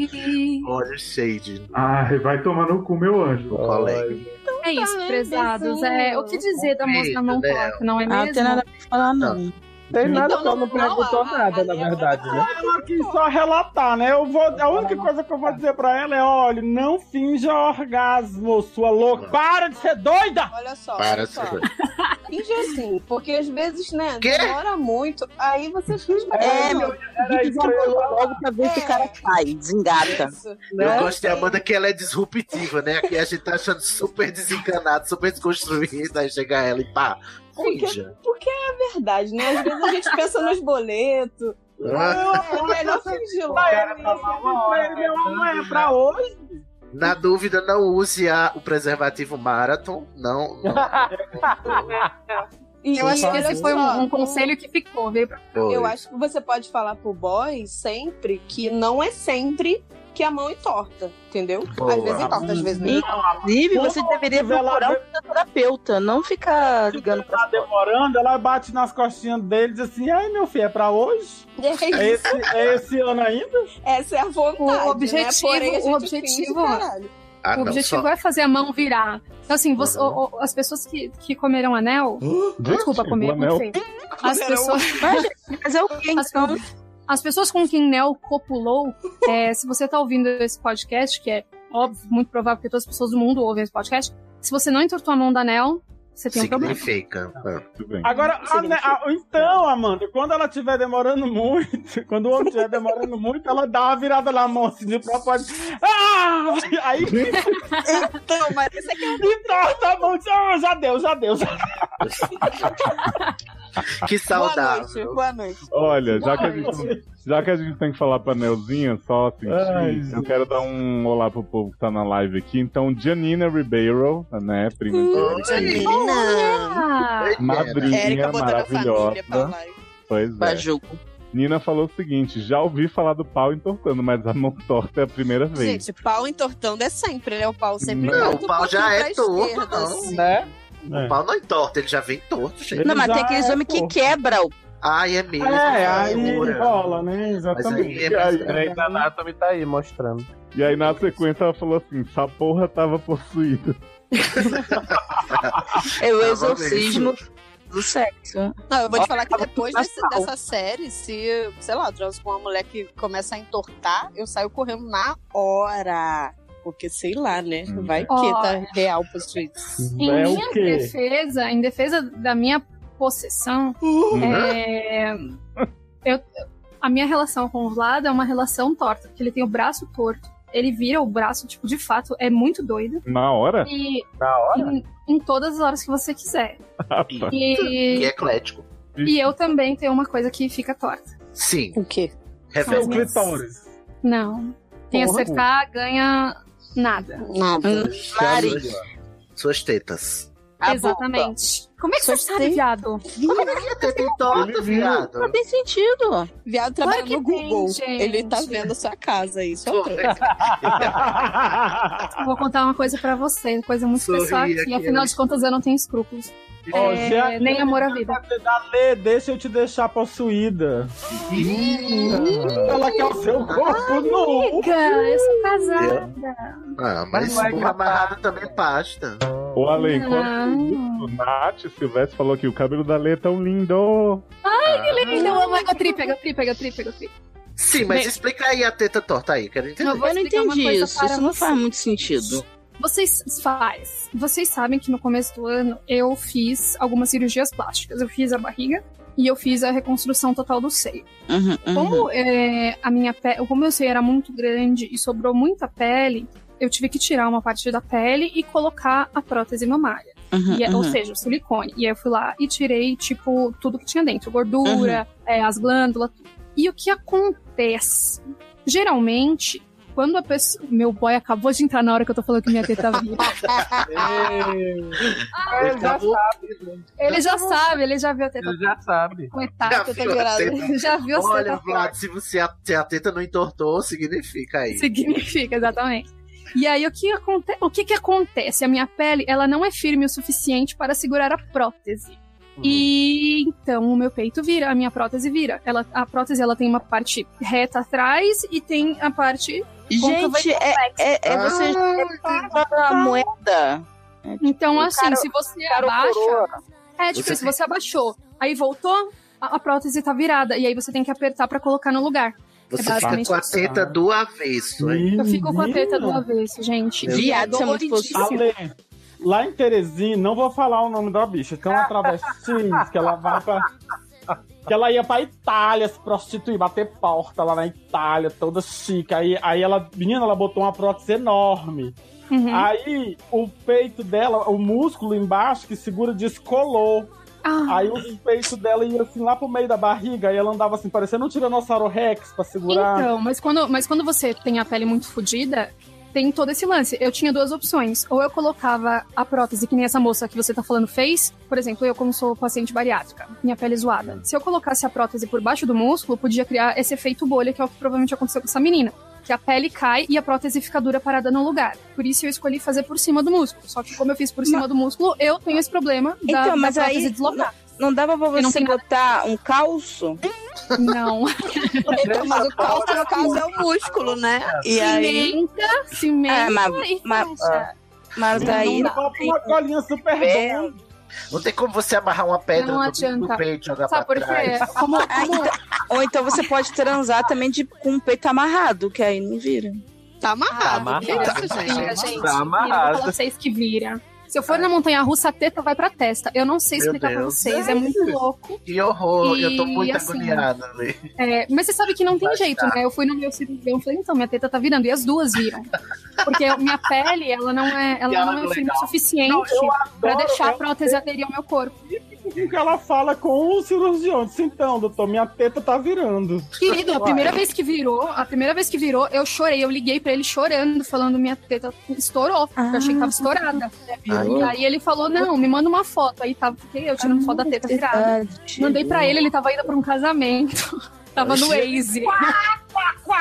Shade. Olha o Shade, Ai, vai tomar no cu, meu anjo. colega. É isso, Ai, prezados. É, o que dizer da moça na mão Beijo, torta, não é Ah, não tem mesmo? nada pra falar, não. Tem nada Então, que ela não não, perguntou a- a- nada, a- na a- verdade, né? Ela quis só relatar, né? Eu vou, a única coisa que eu vou dizer pra ela é: olha, não finja orgasmo, sua louca. Para de ser doida! Olha só, Para olha de só. ser doido. Finge assim, porque às vezes, né, Quê? demora muito, aí você finge pra É, caramba. meu, Dica de amor logo pra ver se o cara cai, desengata. É. Isso. né? Eu gosto de Amanda que ela é disruptiva, né? Aqui a gente tá achando super desencanado, super desconstruído. Aí chega ela e pá, finja. Porque é a verdade, né? Às vezes a gente pensa nos boletos. Ah, É melhor fingir logo. Pra ele, meu amor, é pra hoje. Na dúvida, não use a- o preservativo Marathon. Não, não. E Eu acho que olha esse foi um, só, um conselho que ficou, veio pra foi. Eu acho que você pode falar pro boy sempre que não é sempre que a mão entorta, entendeu? Boa. Às vezes entorta, às vezes não. Inclusive, você deveria tiver lá- procurar um fisioterapeuta, não ficar ligando pra Tá demorando, ela bate nas costinhas dele e diz assim: ai, meu filho, é pra hoje? É É isso. esse, é esse ano ainda? Essa é a vontade. O né? objetivo- Porém, a o gente objetivo- finge, caralho. Ah, o não, objetivo só... é fazer a mão virar. Então, assim, você- Uhum. o- o- as pessoas que, que comeram anel. Desculpa, Gente, Tipo, comer, o anel. não sei. As Comeram. pessoas. Mas é o que As, então? as pessoas com quem Neo copulou, é, se você tá ouvindo esse podcast, que é óbvio, muito provável que todas as pessoas do mundo ouvem esse podcast, se você não entortou a mão da Neo, você tem um problema. significa. Ah, Muito bem. Agora, a ne- a- então, Amanda, quando ela estiver demorando muito, quando o homem estiver demorando muito, ela dá uma virada na mão assim de propósito. Ah! Aí Então, mas esse aqui entorta a mão e diz: ah, já deu, já deu. Já Que é boa noite. saudável. Boa noite. Olha, já que, a deu. gente, já que a gente tem que falar pra Nelzinha, só assim, Ai, eu quero dar um olá pro povo que tá na live aqui. Então, Janina Ribeiro, né, prima de Hum. Erika, Ah, madrinha Érica botando a família pra maravilhosa. lá. Pois é. Bajuco. Nina falou o seguinte, já ouvi falar do pau entortando, mas a mão torta é a primeira vez. Gente, pau entortando é sempre, né? O pau sempre Não, torta o um pau já pouquinho é pra torto, esquerda, não. assim. Né? O pau não entorta, ele já vem torto, gente. Ele Não, mas já tem aqueles é, homens que pô. quebra o Ai, é mesmo. É, aí figura. rola, né? Mas aí Exatamente. é mais Grey's Anatomy tá aí mostrando. né, E aí, na sequência, ela falou assim, essa porra tava possuída. É o Ah, Tava exorcismo do sexo. Não, eu vou te falar que Tava depois tudo desse- na sala. dessa série, se, sei lá, eu transo com uma mulher que começa a entortar, eu saio correndo na hora. Porque sei lá, né? Hum. Vai que Ó. tá real possuído. em É o minha quê? defesa, em defesa da minha possessão, é, eu- a minha relação com o Vlad é uma relação torta, porque ele tem o braço torto, ele vira o braço, tipo, de fato, é muito doido. Na hora? E Na hora? em, em todas as horas que você quiser. Ah, tá. E E é eclético. E eu também tenho uma coisa que fica torta. Sim. O quê? Seu é assim. clitóris. Não. Quem Porra. acertar ganha nada. Nada. Suas, suas tetas. Exatamente. Como é que você sabe, viado? Como é que você tem torta, viado? Não tem sentido. Claro Viado trabalha que no Google. tem, gente. Ele tá vendo a sua casa aí. Só Eu Vou contar uma coisa pra você, coisa muito Sorria, pessoal aqui. Afinal Kelly. de contas, eu não tenho escrúpulos. Ó, É, já- nem amor à vida. Lê, deixa eu te deixar possuída. Ela quer o seu corpo nu. Ah, Amiga, eu sou casada. Ah, mas Não é burra amarrada também é pasta. O Além, Não. o Nath Silvestre falou que o cabelo da Lê é tão lindo. Ai, que lindo. Eu amo. Pega o tri, pega o tri, pega o tri, pega o tri. Sim, mas Bem- explica aí a teta torta aí, quero entender. Eu vou Eu não explicar uma entendi coisa isso. para Isso não você. faz muito sentido. Vocês faz. Vocês sabem que no começo do ano eu fiz algumas cirurgias plásticas. Eu fiz a barriga e eu fiz a reconstrução total do seio. Uhum, uhum. Como é, a minha pe- como meu seio era muito grande e sobrou muita pele, eu tive que tirar uma parte da pele e colocar a prótese mamária. Uhum, E é- Ou uhum. seja, o silicone. E aí eu fui lá e tirei, tipo, tudo que tinha dentro. Gordura, Uhum. é, as glândulas. tudo. E o que acontece? Geralmente, quando a pessoa... Meu boy acabou de entrar na hora que eu tô falando que minha teta tá vira. Ele já Ele já sabe, ele já viu a teta Ele já sabe. coitada, Já teta viu a virada. teta. Já viu a tá- Olha, teta Vlad, se, você, se a teta não entortou, significa aí. Significa, exatamente. E aí, o que, aconte... o que que acontece? A minha pele, ela não é firme o suficiente para segurar a prótese. Hum. E então o meu peito vira, a minha prótese vira. Ela, a prótese ela tem uma parte reta atrás e tem a parte. côncava e Gente, é, convexa. é, é Ah, você tá. jogar uma moeda. Então, o assim, É tipo um cara- se você cara ou abaixa. coroa. É, tipo, Você se você abaixou, aí voltou, a, a prótese tá virada. E aí você tem que apertar pra colocar no lugar. Você fica É basicamente com a isso. Hum. teta do avesso aí. Eu fico com a teta do avesso, gente. Viado, isso é muito possível. Ale, lá em Teresina, não vou falar o nome da bicha, tem uma travesti que ela vai pra. Que ela ia pra Itália se prostituir, bater porta lá na Itália, toda chique. Aí, aí ela, menina, ela botou uma prótese enorme. Uhum. Aí o peito dela, o músculo embaixo que segura, descolou. Ah, Aí o peito dela ia assim lá pro meio da barriga e ela andava assim, parecendo um Tiranossauro Rex pra segurar. Então, mas quando, mas quando você tem a pele muito fodida, tem todo esse lance. Eu tinha duas opções. Ou eu colocava a prótese, que nem essa moça que você tá falando fez. Por exemplo, eu como sou paciente bariátrica, minha pele é zoada. Se eu colocasse a prótese por baixo do músculo, podia criar esse efeito bolha, que é o que provavelmente aconteceu com essa menina. Que a pele cai e a prótese fica dura parada no lugar. Por isso eu escolhi fazer por cima do músculo. Só que como eu fiz por cima do músculo, eu tenho esse problema da, Então, da mas prótese aí- deslocar. Não dava pra Porque não você tem nada- botar um calço? Não. Então, mas o calço, no caso, é o músculo, né? E aí. Cimenta, cimenta É, mas- e mas- fecha. Mas aí. Não, bota uma colinha super É. boa. Não tem como você amarrar uma pedra Não no adianta. no peito e jogar Sabe pra por trás. quê? Como, Ah, como- então- Ou então você pode transar também de, com o peito amarrado, que aí não vira. Tá amarrado. amarrado. que é isso, Vira, gente? gente. Vira, Tá eu vou falar amarrado. pra vocês que vira. Se eu for na montanha russa, a teta vai pra testa. Eu não sei Meu explicar pra Deus. vocês, é muito louco. Que horror, E, eu tô muito né? assim, agoniada, Lê. É, mas você sabe que não tem Vai jeito, né? Eu fui no meu cirurgião e falei, então, minha teta tá virando. E as duas viram. Porque eu- minha pele, ela não é, ela E ela não é legal. firme o suficiente pra adoro, deixar a eu- prótese aderir ao meu corpo. assim, com que ela fala com o cirurgião. Disse, então, doutor, minha teta tá virando. Querido, a primeira vez que virou, a primeira vez que virou, eu chorei. Eu liguei pra ele chorando, falando minha teta estourou. Eu achei que tava estourada. E aí ele falou, não, me manda uma foto. Aí tava, fiquei eu tirando foto da é teta virada. Mandei pra ele, ele tava indo pra um casamento. Tava no Waze. O que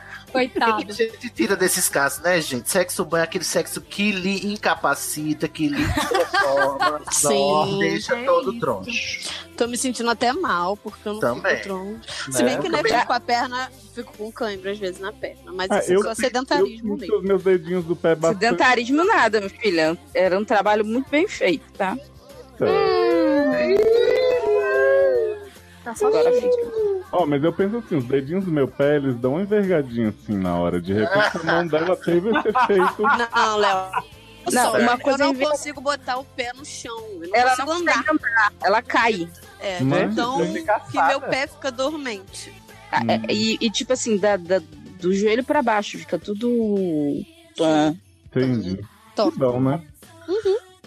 Coitado. que a gente tira desses casos, né, gente? Sexo bom é aquele sexo que lhe incapacita, que lhe transforma, Sim, dó, deixa é todo isso. troncho. Tô me sentindo até mal, porque eu não Também. fico tronco. Se bem que né, fico com a perna, fico com cãibra às vezes na perna. Mas Ah, isso eu- é só Eu sedentarismo sinto mesmo. os meus dedinhos do pé bastante. Sedentarismo nada, minha filha. Era um trabalho muito bem feito, tá? Tá só Agora cheio. fica. Ó, mas eu penso assim, os dedinhos do meu pé, eles dão uma envergadinha assim na hora. De repente a mão dela teve esse efeito. Não, Léo. Eu Não, sou- uma ah, eu coisa não invi- consigo botar o pé no chão. Eu não Ela não consigo consegue andar. andar, ela cai. É, Mas- então Gente, que meu pé fica dormente. Ah, Hum, é, E, e, tipo assim, da, da- do joelho pra baixo, fica tudo. pã. Entendi. Tô. Que Bom, né?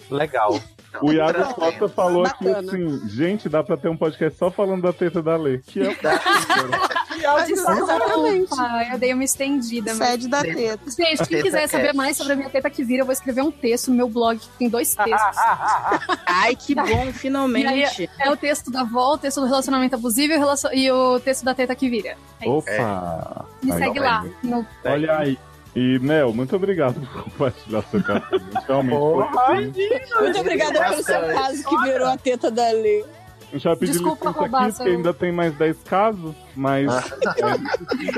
Legal. O Iago Tranquilo. Costa falou aqui Bacana. assim: gente, dá pra ter um podcast só falando da teta da lei. Que é Exatamente. eu dei uma estendida. mas- Sede da teta. Gente, quem Teta quiser cast. saber mais sobre a minha teta que vira, eu vou escrever um texto no meu blog, que tem dois textos. Ai, que bom, finalmente. E aí, é o texto da Vol, o texto do relacionamento abusivo e o, relacion- e o texto da teta que vira. É isso. Opa! Me Aí, segue ó. lá. No... Olha aí. E, Nel, muito obrigado por compartilhar seu café. gente. Realmente. foi assim. Muito obrigada pelo é seu caso que virou a teta da Lê. Já pedi Desculpa licença roubar aqui, seu- porque ainda tem mais 10 casos, mas. Ah.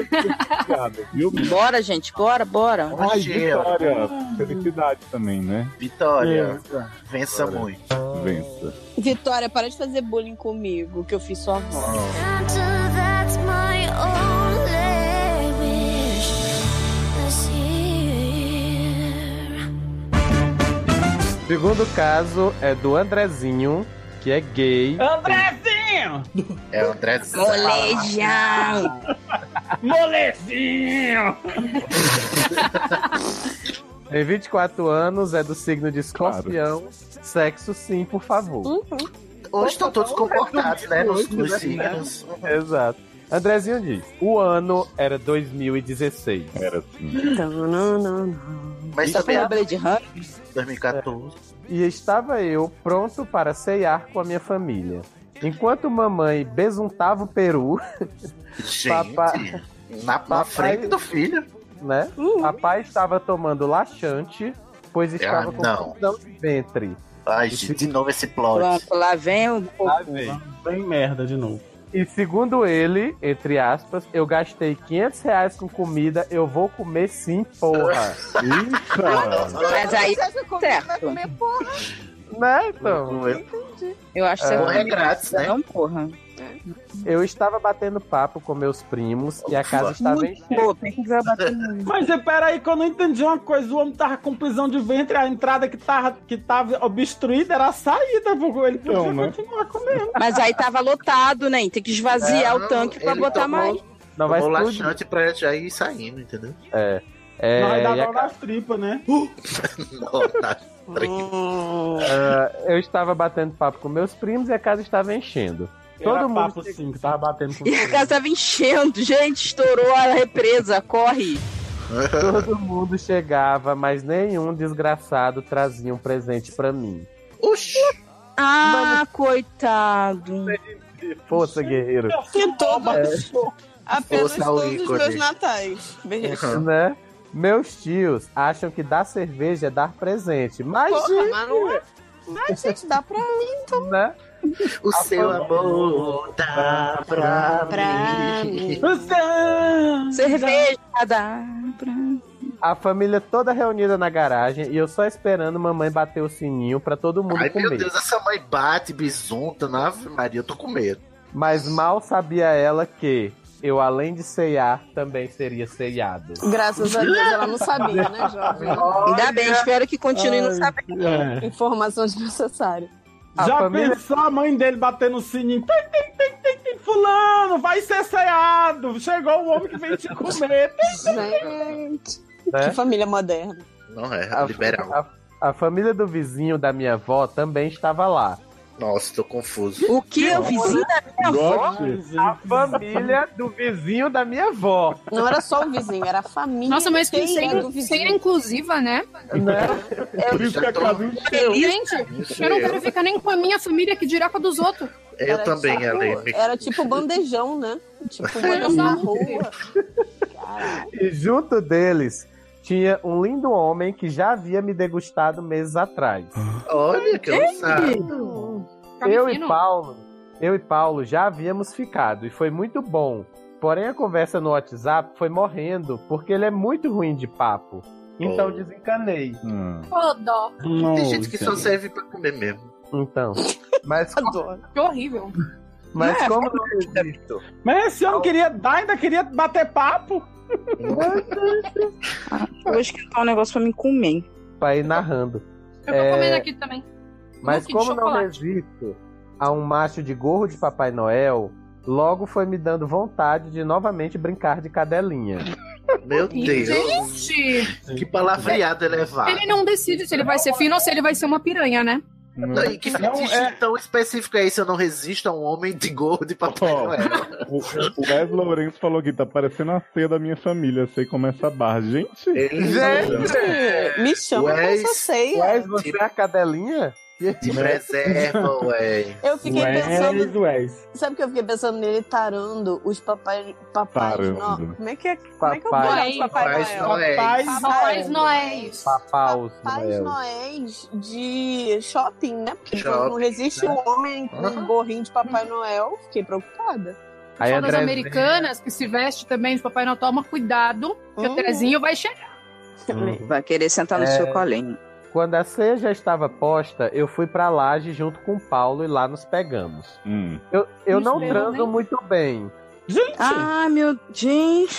é, Obrigado, viu? Bora, gente, bora, bora. Ai, é? vitória. Felicidade também, né? Vitória, Vença. vença muito. Vença. Vitória, para de fazer bullying comigo, que eu fiz sua avó. That's my only wish this year. Segundo caso é do Andrezinho, que é gay. Andrezinho! É o Andrezinho. Molezinho! Tem 24 anos, é do signo de escorpião. Sexo sim, por favor. Hoje estão todos comportados, né? Nos, Dois, nos tá né? signos. Exato. Andrezinho diz: o ano era 2016. Era sim. Mas Tá Isso foi também a a Blade 2014. E estava eu pronto para ceiar com a minha família. Enquanto mamãe besuntava o peru, papai, na- na frente do filho, né? Papai estava tomando laxante, pois estava com não. confusão de ventre. Ai, gente, de novo esse plot. Pronto, lá vem o. Bem merda de novo. E segundo ele, entre aspas, eu gastei 500 reais com comida, eu vou comer sim, porra. Mas aí, certo. Né, então? Eu acho que você É. vai É grátis, né? Não, porra. Eu estava batendo papo com meus primos e a casa estava em Pô, tem que bater Mas é, peraí, que eu não entendi uma coisa. O homem tava com prisão de ventre, a entrada que tava, que tava obstruída era a saída, porque ele podia Então, né? continuar comendo. Mas aí tava lotado, né? Tem que esvaziar o tanque pra É, Ele botar tomou- mais. Não vai tomou explodir. um laxante pra já ir saindo, entendeu? É. Não vai dar e a dó nas tripas, né? tá, Hum, Ah, eu estava batendo papo com meus primos e a casa estava enchendo. Todo Era mundo papo sim, que tava batendo com E a casa tava enchendo, gente, estourou a represa, corre. Todo mundo chegava, mas nenhum desgraçado trazia um presente pra mim. Ah, coitado. Força, guerreiro. Que toma. É. Apenas Força ao todos os ícone. meus natais. Beijo. Uhum. Né? Meus tios acham que dar cerveja é dar presente, mas Porra, gente, mas não é. Não, gente, dá pra mim, então. né? O A seu fama- amor dá pra, mim. Cerveja dá pra... A família toda reunida na garagem e eu só esperando mamãe bater o sininho pra todo mundo Ai, comer. meu Deus, essa mãe bate, bisunta, na Ave Maria, eu tô com medo. Mas mal sabia ela que eu, além de ceiar, também seria ceiado. Graças a Deus ela não sabia, né, jovem? Ainda bem, espero que continue não sabendo. é. Informação desnecessária. A Já família- pensou a mãe dele batendo o sininho? Tem, tem, tem, tem, tem, fulano, vai ser ceado. Chegou o homem que veio te comer. Tem, tem, tem. Né? Que família moderna. Não é, A- liberal. A, a família do vizinho da minha avó também estava lá. Nossa, tô confuso. O que? O vizinho da minha avó? Ah, A família do vizinho da minha avó. Não era só o vizinho, era a família. Nossa, mas que inteira senha, do senha inclusiva, né? É Por isso que a casa Gente, eu não quero ficar nem com a minha família que dirá com a dos outros. Eu também, Ale. Era tipo bandejão, né? Tipo uma Sim. na rua. E junto deles tinha um lindo homem que já havia me degustado meses atrás. Olha que ousado. Tá Tá Eu fino. e Paulo, eu e Paulo já havíamos ficado e foi muito bom. Porém a conversa no WhatsApp foi morrendo porque ele é muito ruim de papo. Então Oh. desencanei. Ô, dó. Tem gente que só serve pra comer mesmo. Então, mas Que horrível. Mas É, como fica não existo? Mas esse homem queria dar, ainda queria bater papo. Eu vou esquentar um negócio pra me comer. hein? Pra ir narrando. Eu tô É, comendo aqui também. Mas Cookie de como não chocolate. resisto a um macho de gorro de Papai Noel, logo foi me dando vontade de novamente brincar de cadelinha. Meu Deus. Ah. Gente, Que palavreado elevado. ele não decide se ele vai ser fino ou se ele vai ser uma piranha, né? Não. E que fetiche tão específico é esse? Eu não resisto a um homem de gordo e papai Ó, Noel. o o Wes Lourenço falou que tá parecendo a ceia da minha família. Sei como é essa barra. Gente! Gente, me chama pra essa ceia. Wes, você é a cadelinha? Te preserva, ué. Eu fiquei Wes, pensando. Wes. Sabe o que eu fiquei pensando nele tarando os papais. papais Tarando. no- Como é que é? Como é que é o Papai. nome de Papai Papais Noel? Noéis. Papais Papais é Noéis. Papaus, Papais Noel. Noéis de shopping, né? Porque ele Shopping, falou que não né? resiste um homem Ah. com um gorrinho de Papai Noel. Fiquei preocupada. Aí, das americanas que se veste também de Papai Noel, toma cuidado, que o Hum. Terezinho vai chegar. Hum. Vai querer sentar no É. seu colinho. Quando a ceia já estava posta, eu fui pra laje junto com o Paulo e lá nos pegamos. Hum, Eu, eu Isso não mesmo, transo né? muito bem. Ah, meu gente.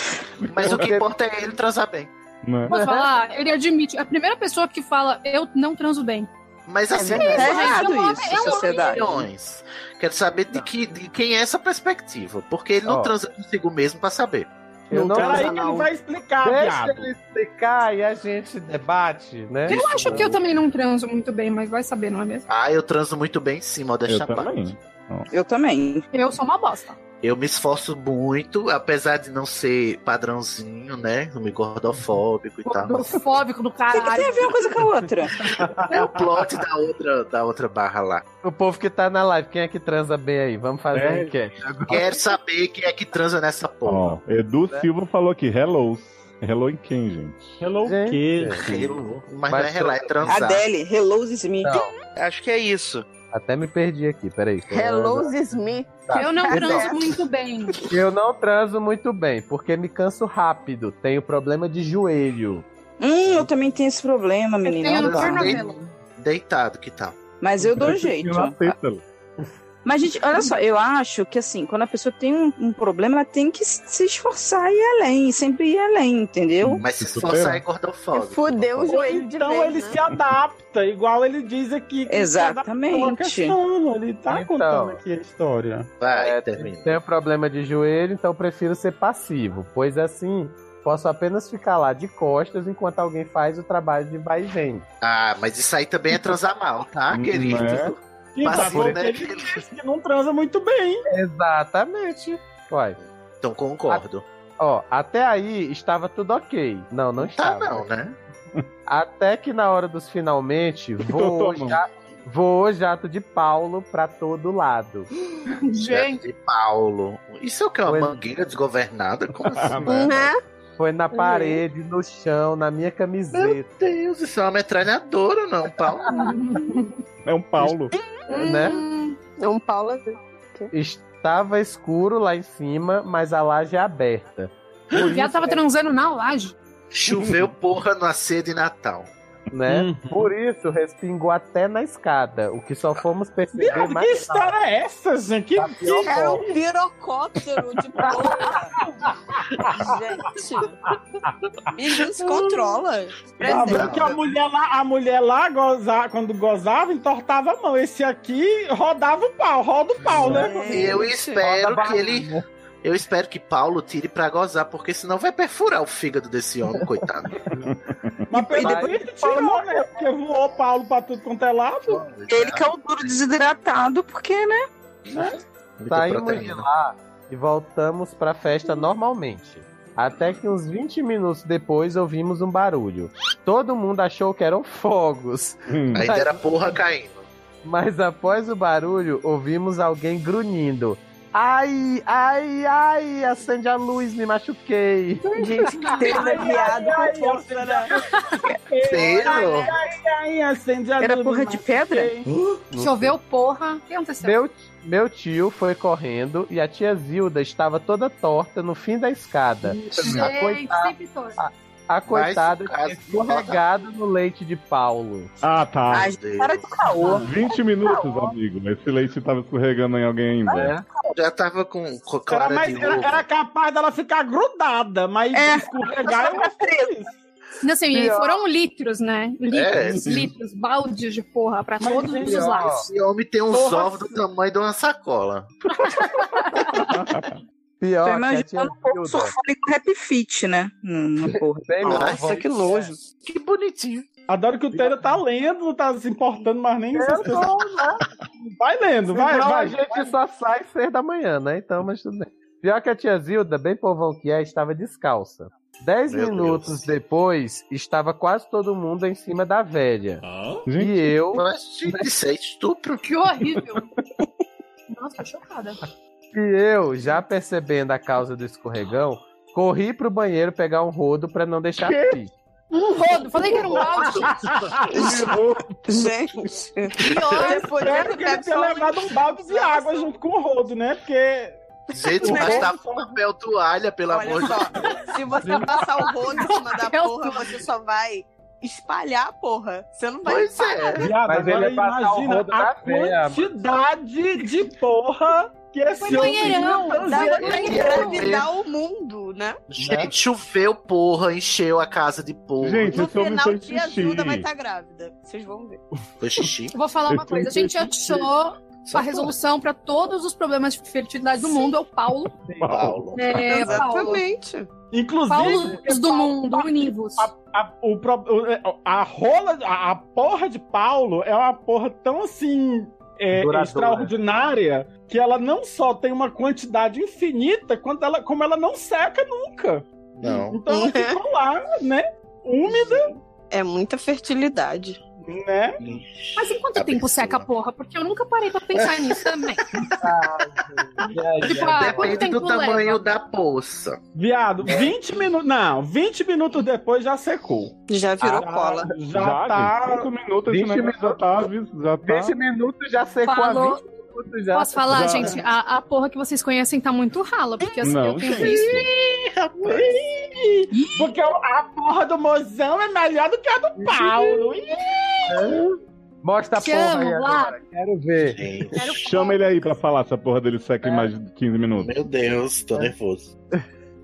Mas o que importa é ele transar bem. né? Posso falar? Ele admite. A primeira pessoa que fala, eu não transo bem. Mas É assim, verdade. né, É errado gente, isso, são sociedade. opiniões. Quero saber de, que, de quem é essa perspectiva. Porque ele não Ó. transa consigo mesmo pra saber. Eu não Peraí transo, que ele não. vai explicar, Deixa viado. ele explicar e a gente debate, né? Eu acho que eu também não transo muito bem, mas vai saber, não é mesmo? Ah, eu transo muito bem sim, modéstia à Eu parte. Eu também. Eu sou uma bosta. Eu me esforço muito, apesar de não ser padrãozinho, né? Não me gordofóbico e tal. Gordofóbico do O que, que caralho. tem a ver uma coisa com a outra? É o plot da outra, da outra barra lá. O povo que tá na live, quem é que transa bem aí? Vamos fazer É. a enquete. Quero saber quem é que transa nessa porra. Ó, Edu Né? Silva falou aqui, hello. Hello em quem, gente? Hello Gente, quê? Hello. Mas não é relar, é transar. Adele, Hello Smith. Acho que é isso. Até me perdi aqui, peraí. Hello Smith. Eu não Exato. transo muito bem. Eu não transo muito bem, porque me canso rápido. Tenho problema de joelho. Hum, eu também tenho esse problema, menina. tenho Não no dá. tornozelo. Deitado, que tal? Mas eu dou um jeito. Mas, gente, olha só, eu acho que assim, quando a pessoa tem um, um problema, ela tem que se esforçar e ir além, sempre ir além, entendeu? Mas se superar. esforçar é gordofóbico. Fudeu o Ou joelho de então vez, ele né? se adapta, igual ele diz aqui. Que Exatamente. se adaptou à questão, Ele tá Então. contando aqui a história. Vai, É, termina. Tenho um problema de joelho, então prefiro ser passivo, pois assim posso apenas ficar lá de costas enquanto alguém faz o trabalho de vai e vem. Ah, mas isso aí também é transar mal, tá, querido? E tá Passivo, bom né? que ele diz que não transa muito bem. Exatamente. Uai. Então concordo. Ó, até aí estava tudo ok. Não, não Tá estava. não, né? Até que na hora dos finalmente, voou, tomando? ja- voou jato de Paulo pra todo lado. Gente, De Paulo. Isso é o que? Uma Pois- mangueira desgovernada? Como assim? Né? Foi na Hum. parede, no chão, na minha camiseta, Meu Deus, isso é uma metralhadora, não, é um pau? É um Paulo. né? Hum. É um Paulo. Estava escuro lá em cima, mas a laje é aberta. o viado tava transando na laje. Choveu porra na ceia de Natal. né? Uhum. Por isso, respingou até na escada, é o que só fomos perceber Viado, que mais Tá tarde. história é essa, gente? Que, que... Era um pirocóptero de porra. Gente. Bicho se controla. Tá, que a mulher lá, a mulher lá goza- quando gozava, entortava a mão. Esse aqui rodava o pau, roda o pau, É, né? Eu espero que ele. Eu espero que Paulo tire pra gozar, porque senão vai perfurar o fígado desse homem, coitado. Mas pelo Vai. visto tirou, né? Porque voou Paulo pra tudo quanto é lado. tá Ele que é o duro desidratado, porque, né? Saímos de lá e voltamos pra festa normalmente. Até que uns 20 minutos depois ouvimos um barulho. Todo mundo achou que eram fogos, Hum. Ainda era porra caindo. mas após o barulho ouvimos alguém grunhindo. Ai, ai, ai, acende a luz, me machuquei. Gente, que teve um piada. Ai, acende né? a- Pedro, ai, acende a Era luz, porra de pedra? Marquei. Choveu porra. O que aconteceu? Meu, meu tio foi correndo e a tia Zilda estava toda torta no fim da escada. A, Gente, coita- sempre torço. a coitada Mas, tinha caso- escorregado no leite de Paulo. Ah, tá. Ai, Deus. cara de caô. 20 minutos, amigo. Esse leite tava escorregando em alguém ainda. É. já tava com, com Era, clara mais, de era, ovo. era capaz dela ficar grudada, mas É. escorregar eu acho que isso. Não, assim, e foram litros, né? Litros, sim. litros, baldes de porra pra Mas, todos gente, os ó, lados. Esse homem tem uns Porra, ovos do tamanho de uma sacola. Tô Pior que a tia imaginando um pouco Zilda. surfando com rap fit, né? Hum, uma porra. Bem Nossa, é longe. que nojo. Que bonitinho. Adoro que o Taylor tá lendo, não tá se importando mais nem. Eu tô, né? Vai lendo, vai, Senão vai. a gente só sai seis da manhã, né? Então, mas tudo bem. Pior que a tia Zilda, bem povão que é, estava descalça. Dez Meu minutos depois, estava quase todo mundo em cima da velha. Gente, e eu. mas, gente, isso é estupro. Que horrível. Nossa, tô chocada. E eu, já percebendo a causa do escorregão, corri pro banheiro pegar um rodo pra não deixar Quê? aqui. Um rodo, falei que era um balde. Gente. Eu Depois espero que ele tenha levado um balde de água junto com o rodo, né? Porque. Gente, mas tá com papel toalha, pelo amor de Deus. um- Se você passar o rodo em cima da porra, você só vai espalhar a porra. Você não vai Pois é. parar. Viado, Mas agora ele ia passar o imagina rodo a na veia, mano. quantidade de porra que é esse Foi banheirão, homem dá fazia. é pra engravidar o um mundo, né? Gente, choveu porra, encheu a casa de porra. Gente, No final, tia Zilda vai estar grávida. Vocês vão ver. Foi xixi. Eu vou falar uma coisa. A gente achou a resolução pra todos os problemas de fertilidade do mundo. É o Paulo. Paulo. É, Exatamente. Inclusive, Paulos do mundo, univos. a, o, pro- o- é, a rola, a, a porra de Paulo é uma porra tão assim é, Duradoura. extraordinária que ela não só tem uma quantidade infinita, quanto ela, como ela não seca nunca. Não. Então Uhum. ela ficou lá, né? Úmida, É muita fertilidade. né? Mas em quanto tempo seca a porra? Porque eu nunca parei pra pensar nisso também. É, Tipo, ah, quanto Depende tempo do tamanho leva? da poça. Viado, 20 minutos. Não, 20 minutos depois já secou. Já virou Ah, cola. Já, Já, tá. gente, cinco minutos esse 20 negócio já tá, avis- já tá. 20 minutos já secou é Falou. a 20 minutos já. Posso falar, Já. gente? A, a porra que vocês conhecem tá muito rala, porque assim Não, eu tenho gente. visto. Ih, Porque a porra do mozão é melhor do que a do Paulo. Mostra a Te porra amo, aí agora. Quero ver. Gente, Chama ele aí pra falar se a porra dele seca em mais de 15 minutos. meu Deus, tô nervoso.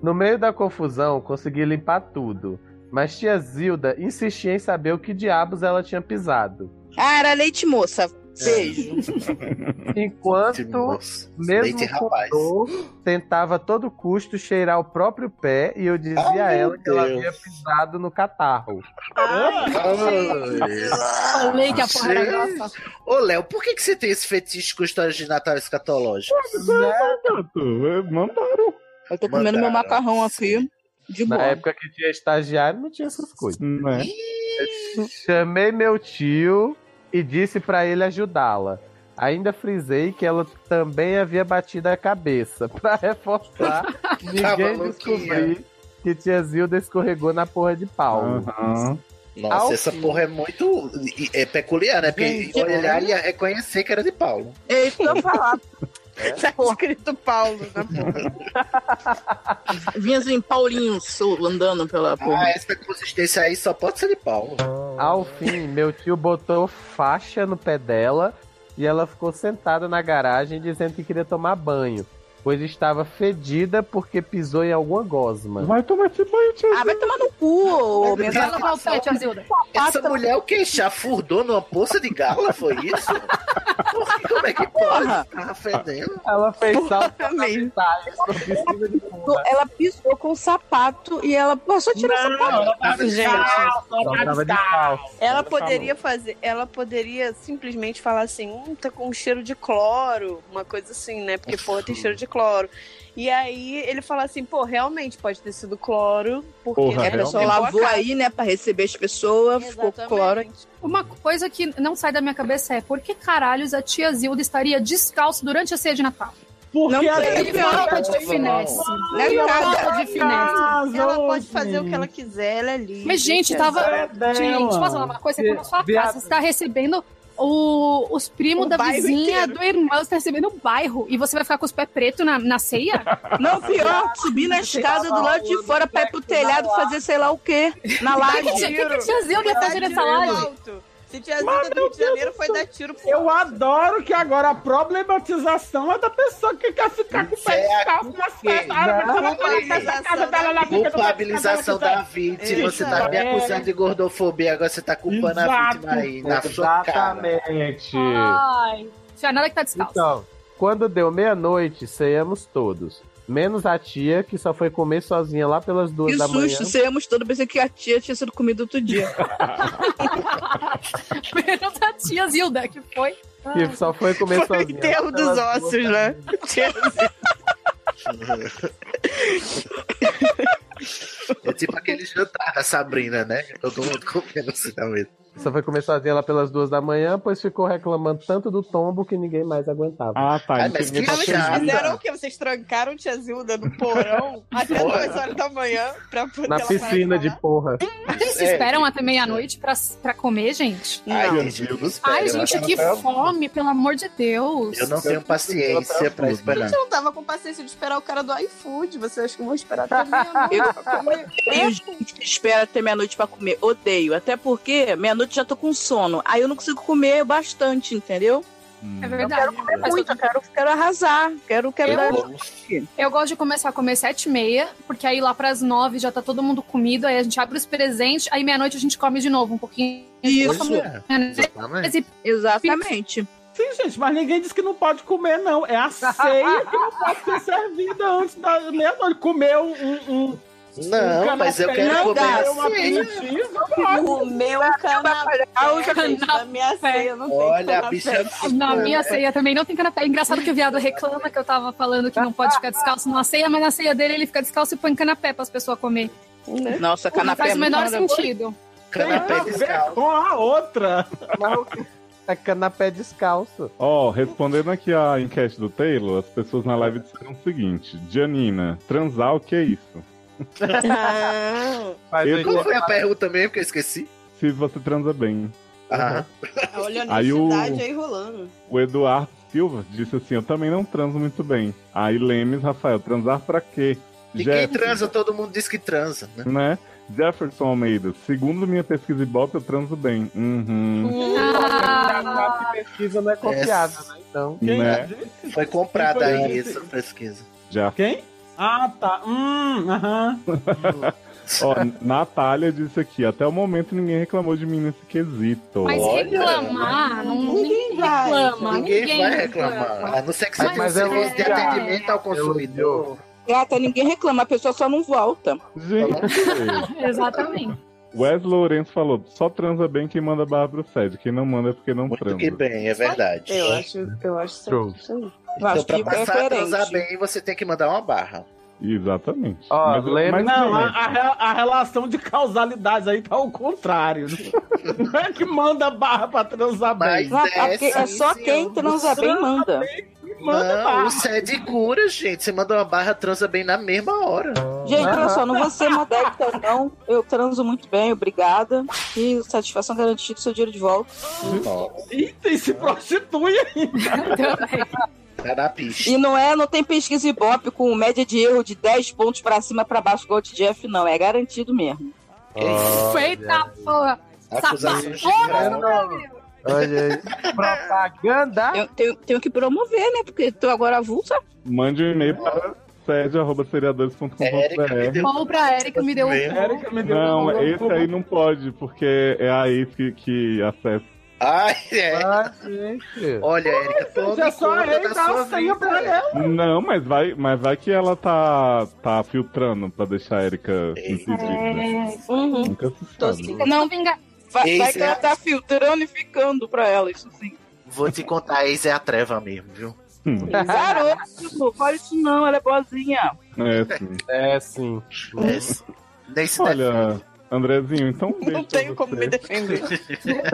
No meio da confusão, consegui limpar tudo. Mas tia Zilda insistia em saber o que diabos ela tinha pisado. Ah, era leite moça. Beijo. Que Enquanto, moço. mesmo Tipo, Leite com rapaz. dor, tentava a todo custo cheirar o próprio pé e eu dizia Ah, a meu ela que ela Deus. havia pisado no catarro. Falei que a porra era Gente. grossa. Ô, Léo, por que, que você tem esse fetiche com histórias de Natal escatológico? Gato, é, Mandaram. Eu tô comendo meu Mandaram. macarrão aqui. De Na boa. época que tinha estagiário, não tinha essas coisas. Né? Chamei meu tio e disse pra ele ajudá-la. Ainda frisei que ela também havia batido a cabeça. Pra reforçar, ninguém louquinha. descobrir que tia Zilda escorregou na porra de Paulo. Aham. Nossa, Ao essa fim. porra é muito é peculiar, né? Porque Gente, olhar e ia reconhecer que era de Paulo. É isso que eu ia falar. Tá escrito Paulo na porra. Vinha assim, Paulinho sou- andando pela Ah, porra. essa consistência aí só pode ser de Paulo. Ao fim, meu tio botou faixa no pé dela e ela ficou sentada na garagem dizendo que queria tomar banho, pois estava fedida porque pisou em alguma gosma. Vai tomar esse banho, tia. Ah, vai tomar no cu, ô, minha Vai lavar o pé, tia Zilda. Essa mulher o que? Chafurdou numa poça de gala, foi isso? Por que- Como é que pode? porra. Tava fedendo. Ela fez salto Também. piscina de fundo. Ela pisou com o sapato e ela assim, passou a tirar o sapato. Ela tava descalça. Ela Ela falou. poderia fazer, ela poderia simplesmente falar assim, hum, tá com cheiro de cloro, uma coisa assim, né? Porque, porra, tem cheiro de cloro. E aí ele fala assim, pô, realmente pode ter sido cloro, porque Porra, É, né, a pessoa limpou a lavou casa. aí, né, pra receber as pessoas, ficou com cloro. Exatamente. Uma coisa que não sai da minha cabeça é por que caralhos a tia Zilda estaria descalço durante a ceia de Natal? Porque Não né? ela Que falta de finesse. Não é Que nada. falta de é finesse. Ela pode fazer o que ela quiser, ela é livre. Mas, gente, tia tava. Zé. é né, Gente, posso falar uma coisa? Você tá na sua Viado. casa, você tá recebendo o- os primos O da bairro vizinha, inteiro. do irmão, você tá recebendo o bairro e você vai ficar com os pés pretos na, na ceia? Não, pior, subir na escada do lado de fora pra ir pro telhado fazer sei lá o quê. Na Ai, que, laje. tia- que, que tia Zilda ia fazer Tiro nessa no laje? alto. Se tia Zilda do Rio de Janeiro foi dar tiro pro Eu alto. adoro que agora a problematização é da pessoa que quer ficar com o pé Isso é descalço nas festas. Ah, mas Não, ela vai lá na não. casa dela, ela fica com o pé Culpabilização descalço, ela da vítima. Você tá Exato. me acusando de gordofobia, agora você tá culpando a Exato. vítima aí, na sua cara. Exatamente. Ai, tia Nada que tá descalço. Então, quando deu meia-noite, ceamos todos. Menos a tia, que só foi comer sozinha lá pelas duas Que da manhã. susto, você amos todo, pensei que a tia tinha sido comida outro dia. Menos a tia Zilda, que foi. Que só foi comer Foi o sozinha. enterro lá dos pelas ossos, duas da né? manhã. É tipo aquele jantar da Sabrina, né? Todo mundo comendo assim na mesa. Só foi comer sozinha lá pelas duas da manhã, pois ficou reclamando tanto do tombo que ninguém mais aguentava. Ah, tá. Ai, é mas que chato. Fizeram o quê? Vocês trancaram Tia Zilda no porão até Fora. 2 horas da manhã pra Ah, poder Na ela piscina de porra. Vocês esperam até meia-noite pra, pra comer, gente? Ai, gente, não espera, Ai, eu gente, acho que que não- fome, pelo amor de Deus. Eu não tenho paciência pra né? A esperar. gente não tava com paciência de esperar o cara do iFood. Você acha que eu vou esperar até meia-noite pra é comer? Eu, gente, que espera até meia-noite pra comer. Odeio. Até porque meia-noite já tô com sono. Aí eu não consigo comer bastante, entendeu? Hum. É verdade. Eu quero comer muito, eu quero, quero arrasar. Quero, quero Eu dar. vou- Eu gosto de começar a comer sete e meia, porque aí lá pras nove já tá todo mundo comido, aí a gente abre os presentes, aí meia-noite a gente come de novo um pouquinho. Isso. Come- É, exatamente. Esse- Exatamente. Sim, gente, mas ninguém disse que não pode comer, não. É a ceia que não pode ser servida antes da meia-noite. Comer um. um, um Não, mas eu quero não comer assim. dá. a Uma ceia. aperitiva, Comeu um canapé. Na minha ceia não tem Olha, a canapé. bicha Na Não, minha é. ceia também não tem canapé. Engraçado que o viado reclama que eu tava falando que não pode ficar descalço numa ceia, mas na ceia dele ele fica descalço e põe canapé pras pessoas comer. né? Nossa, Porra, canapé faz é o menor muito maravilhoso. sentido. Canapé descalço. Com a outra. É canapé descalço. Ó, respondendo aqui a enquete do Taylor, as pessoas na live disseram o seguinte: Janina, transar o que é isso? Mas Qual foi a pergunta mesmo que eu esqueci? Se você transa bem. Ah. Olha a Aí o- honestidade aí rolando. O Eduardo Silva disse assim: Eu também não transo muito bem. Aí Lemes, Rafael, transar pra quê? E quem Jefferson, transa, todo mundo diz que transa, né? né? Jefferson Almeida, segundo minha pesquisa Ibope, eu transo bem. Uhum. Ah. pesquisa não é confiável, né? Então. Né? Foi comprada Quem foi aí esse? essa pesquisa. Já. Quem? Ah, tá. Hum, aham. Ó, Natália disse aqui, até o momento ninguém reclamou de mim nesse quesito. Mas reclamar, não, ninguém, vai. reclama. Ninguém, Ninguém, vai reclamar. A não ser que você Mas- tenha um mas eu- serviço de é. atendimento ao consumidor. Gata, ninguém reclama, a pessoa só não volta. Gente. Exatamente. Wes Lourenço falou, só transa bem quem manda barra pro Sede. Quem não manda é porque não transa. que bem, é verdade. Eu acho, eu acho True. certo isso aí. Então, é pra passar a transar transar bem, você tem que mandar uma barra. Exatamente. Ó, Mas- lembra- mas Não, a, realmente, a, re- a relação de causalidades aí tá ao contrário. Não é que manda barra pra transar bem. Não, é porque é só quem transa bem manda. Manda Não, barra. o sede cura, gente. Você manda uma barra, transa bem na mesma hora. Gente, olha só, não vou ser modesta, não. Eu transo muito bem, obrigada. E satisfação garantida, seu dinheiro de volta. Eita, e se prostitui ainda. Tá na pista. E não é, não tem pesquisa Ibope com média de erro de 10 pontos pra cima, pra baixo, igual o de Jeff, não. É garantido mesmo. Feita porra. Acusação Sapatona geral. no Brasil. Olha aí. Propaganda. Eu tenho, tenho que promover, né? Porque tô agora avulsa. Mande um e-mail para É, É sede.seriadores.com.br. Bom pra Erika me deu um Érica me deu Não, um- esse aí não pode, porque é a ex que, que acessa. Ai, é. gente. Olha, Erika, Já tome é só conta ele da dá sua uma senha vida. pra ela. Não, mas vai, mas vai que ela tá, tá filtrando pra deixar a Erika impedida. Uhum. Nunca se Tô sabe. sim. Não, vingar. Vai, vai Esse que é- ela tá filtrando e ficando pra ela, isso sim. Vou te contar, a ex é a treva mesmo, viu? Hum, Garoto, não fala isso não, ela é boazinha. É sim. É sim. É sim. Nem se Olha, Andrezinho, então um beijo Não tenho como me defender.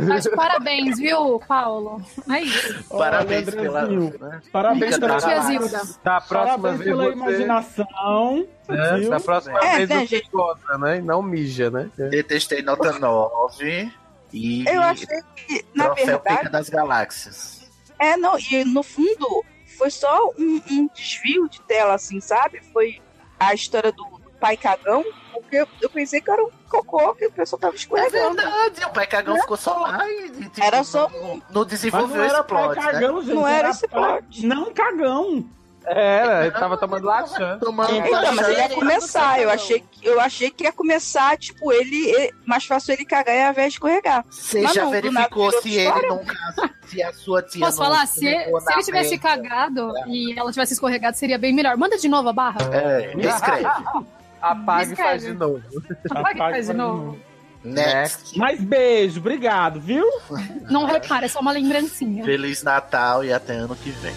Mas parabéns, viu, Paulo? É isso. Parabéns pela. Andrezinho. né? Parabéns Fica pela, Tia Zilda. Da Tá, próxima parabéns vez pela você... imaginação. né? viu? Da próxima É, vez né, você gente? goza, né? E não mija, né? Detestei nota 9 e Eu achei que, na troféu verdade, Pica das Galáxias. É, não, e no fundo foi só um, um desvio de tela, assim, sabe? Foi a história do, do pai cagão, porque eu, eu pensei que era um cocô que o pessoal tava É escorregando. verdade, o pai cagão ficou só lá e, e, tipo, Era só não, não Mas não desenvolveu era esse pai plot, né? cagão, gente. Não era esse pai plot. Não cagão. Era, ele É, tava tomando laxante. Então, mas ele ia começar. Eu achei, que- eu achei que ia começar, tipo, ele. ele- mais fácil ele cagar e a véia escorregar. Você Mas já não, do nada verificou virou se história? ele não caso, se a sua tia Posso não falar? Se, escorregou se na ele tivesse merda? cagado e ela tivesse escorregado, seria bem melhor. Manda de novo a barra. É, descreve. Apaga e faz de novo. Apaga e É, tá faz de novo. Next. Mas beijo, obrigado, viu? Não repara, é só uma lembrancinha. Feliz Natal e até ano que vem.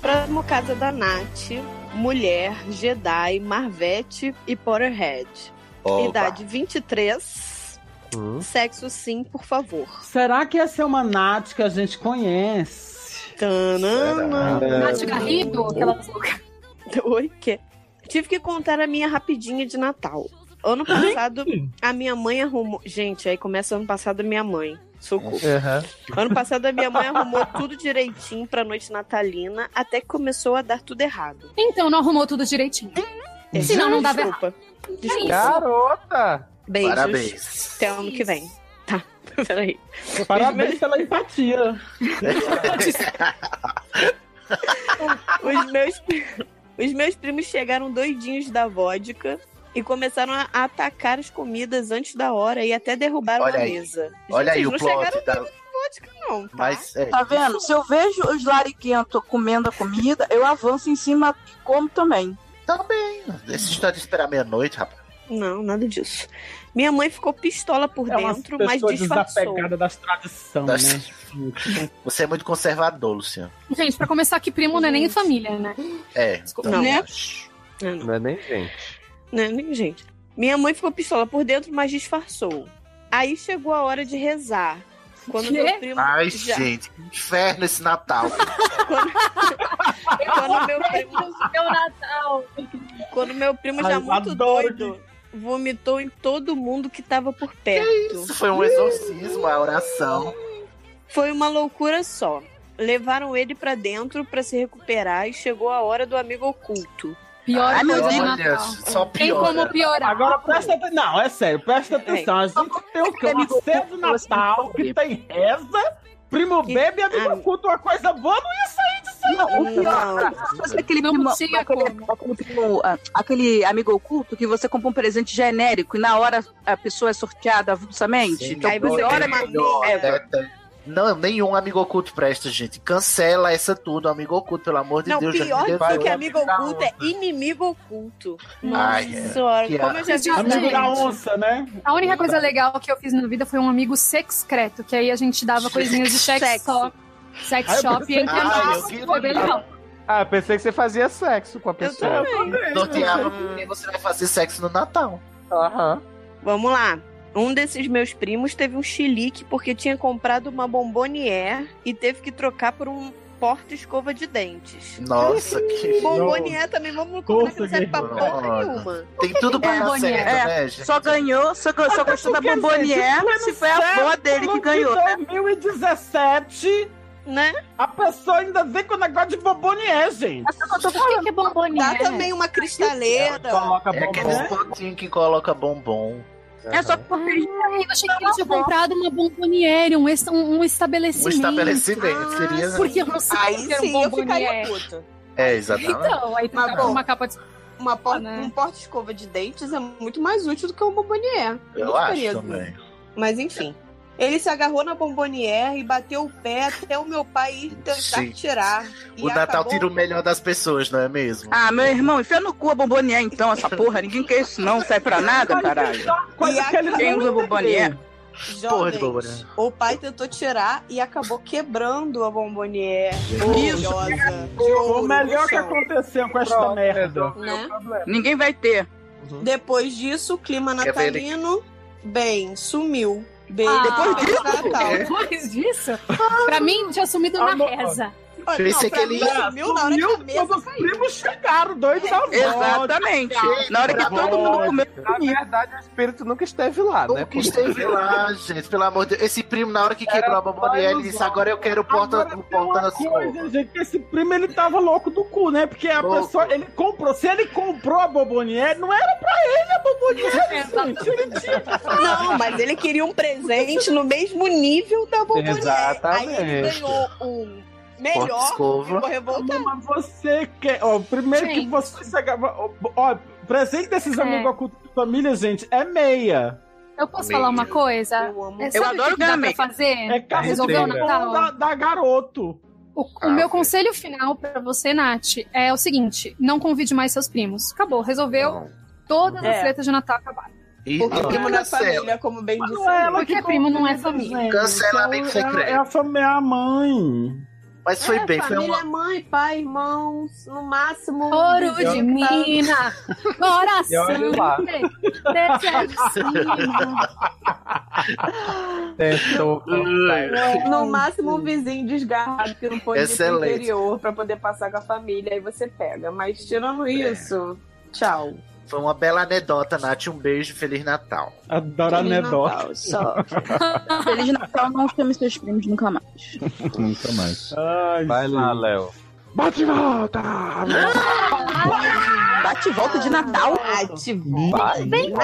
Próximo caso é da Nath, mulher, Jedi, Marvete e Potterhead. Opa. Idade 23. Hum. Sexo sim, por favor. Será que essa é uma Nath que a gente conhece? Tanana. Nath Garrido, aquela louca. Oi, que? Tive que contar a minha rapidinha de Natal. Ano passado, a minha mãe arrumou. Gente, aí começa ano passado a minha mãe. Socorro. Ano passado, a minha mãe arrumou tudo direitinho pra noite natalina, até que começou a dar tudo errado. Então não arrumou tudo direitinho. Senão não dava Desculpa. errado. É Desculpa. Garota! Beijos. Parabéns. Até ano que vem. Tá, peraí. Parabéns pela empatia. Os meus, os meus primos chegaram doidinhos da vodka e começaram a atacar as comidas antes da hora e até derrubaram Olha a aí. mesa. Olha Gente, aí o não plot. chegaram Da... vodka, não. Tá? Mas, é, Tá vendo? Se eu vejo os lariquentos comendo a comida, eu avanço em cima e como também. Também. Essa história de esperar meia-noite, rapaz. Não, nada disso. Minha mãe ficou pistola por É uma dentro, mas pessoa disfarçou. desapegada das tradições, né? Você é muito conservador, Luciano. Gente, pra começar aqui, primo não é nem família, né? É. Não, também né? acho. Não é nem gente. Né, nem- gente. Minha mãe ficou pistola por dentro, mas disfarçou. Aí chegou a hora de rezar. Quando meu primo. Ai, já- gente, que inferno esse Natal. Quando meu primo. Meu Natal. Quando meu primo Ai, já eu muito adoro doido. Vomitou em todo mundo que tava por perto. Isso foi um exorcismo, a oração. Foi uma loucura só. Levaram ele pra dentro pra se recuperar e chegou a hora do amigo oculto. Pior Ai, meu coisa de Deus. Natal. Só Tem como piorar. Agora presta atenção. Não, é sério, presta atenção. A gente tem o que? Uma ceia do Natal que tem reza, primo bebe e amigo culto. Uma coisa boa não ia sair disso aí, Não, o pior, não. se fosse aquele, primo, consigo, aquele, aquele primo, ah, aquele amigo oculto que você compra um presente genérico e na hora a pessoa é sorteada avulsamente. então, Não, pior tem é mais- melhor, é, né, tem- Não, nenhum amigo oculto presta, gente. Cancela essa tudo, amigo oculto, pelo amor de Não, Deus. pior já do me que deu- amigo oculto é inimigo oculto. Nossa Ai, é. senhora, Que como eu já vi isso Amigo na da gente. onça, né? A única coisa legal que eu fiz na vida foi um amigo secreto, que aí a gente dava coisinhas de sex shop. Ah, eu Sex shop pensei- e entre Ah, nós. eu vi Foi bem legal. legal. Ah, pensei que você fazia sexo com a pessoa. Sorteava porque você vai fazer sexo no Natal. Aham. Vamos lá. Um desses meus primos teve um chilique porque tinha comprado uma bombonier e teve que trocar por um porta-escova de dentes. Nossa, que. Bombonier também, vamos combinar que não serve pra Consegui. porra nenhuma. Tem tudo é, pra dar certo, né, gente? Só ganhou, só, ganhou- só gostou da bombonier se foi a avó dele que ganhou. né? Em 2017, né? A pessoa ainda vem com o negócio de bombonier, gente. O que é bombonier? Dá também uma cristaleira. Ah, Coloca É aquele potinho que coloca bombom. É só porque Ai, eu achei que ele tinha comprado uma bomboniere, um, est- um um Um estabelecimento. estabelecimento, tá. seria. Porque eu não sei Aí o que é um sim, eu ficaria bomboniere. puta. É, exatamente. Então, aí tu Mas tá bom. com uma capa de... Uma Ah, por- né? Um porta-escova de dentes é muito mais útil do que um bombonier. Eu não acho ficaria também. Mas enfim. Ele se agarrou na bombonier e bateu o pé até o meu pai ir tentar Gente. tirar. E O Natal acabou- tira o melhor das pessoas, não é mesmo? Ah, meu irmão, enfia no cu a bombonier então, essa porra. Ninguém quer isso não, serve pra é nada, caralho. Coisa que ele Quem não usa é? bombonier? Porra de Jovens, bombonier. o pai tentou tirar e acabou quebrando a bombonier. Isso. Orgulhosa. O melhor que aconteceu com esta merda. Né? Ninguém vai ter. Depois disso, o clima Quer ver ele- natalino, bem, sumiu. Bem, Ah, depois depois disso, É. Natal. Depois disso, pra mim, tinha sumido Ah, na não. reza. Pensei que ele ia- sumiu na hora que a mesa Os primos chegaram, doido da volta. Exatamente. Na hora que todo mundo comeu. Na verdade, o espírito nunca esteve lá, né? Nunca esteve lá, gente, pelo amor de Deus. Esse primo, na hora que quebrou a bombonier, ele disse: agora eu quero o porta, o porta da escova. Coisa, gente, que esse primo ele tava louco do cu, né? Porque a Louco. pessoa, ele comprou. Se ele comprou a Bombonier, não é, era pra ele a mulher. Não, mas ele queria um presente no mesmo nível da bomboniere. Exatamente. Aí ele ganhou um melhor Porta-escova. ficou revoltado. Mas você quer. Ó, primeiro que você chegava. Ó, ó, presente desses amigos ocultos de família, gente, é meia. Eu posso falar uma coisa? É, sabe Eu adoro o que dá pra gama. fazer? É carteira. Resolver o Da- Natal? garoto. O, Ah, o meu conselho final pra você, Nath, é o seguinte: não convide mais seus primos. Acabou, resolveu. Tá Todas as É. tretas de Natal acabaram. E Porque não. primo não é família, como bem disse. a Lu. Porque primo não é família. Cancela amigo É, secreto. a família, a mãe. Mas foi É, bem, foi família, uma. mãe, pai, irmãos, no máximo. um Ouro milhão de que tá- mina, E coração olha lá. Tentou. No- No máximo um vizinho desgarrado que não pôde ir pro Excelente. interior pra poder passar com a família, aí você pega. Mas É. tirando isso, tchau. Foi uma bela anedota, Nath. Um beijo, Feliz Natal. Adoro Feliz anedota. Natal, só. Feliz Natal, não chame seus primos nunca mais. Nunca mais. Vai lá, Léo. Bate e volta! Bate e volta de Natal. Bate e Vai. Não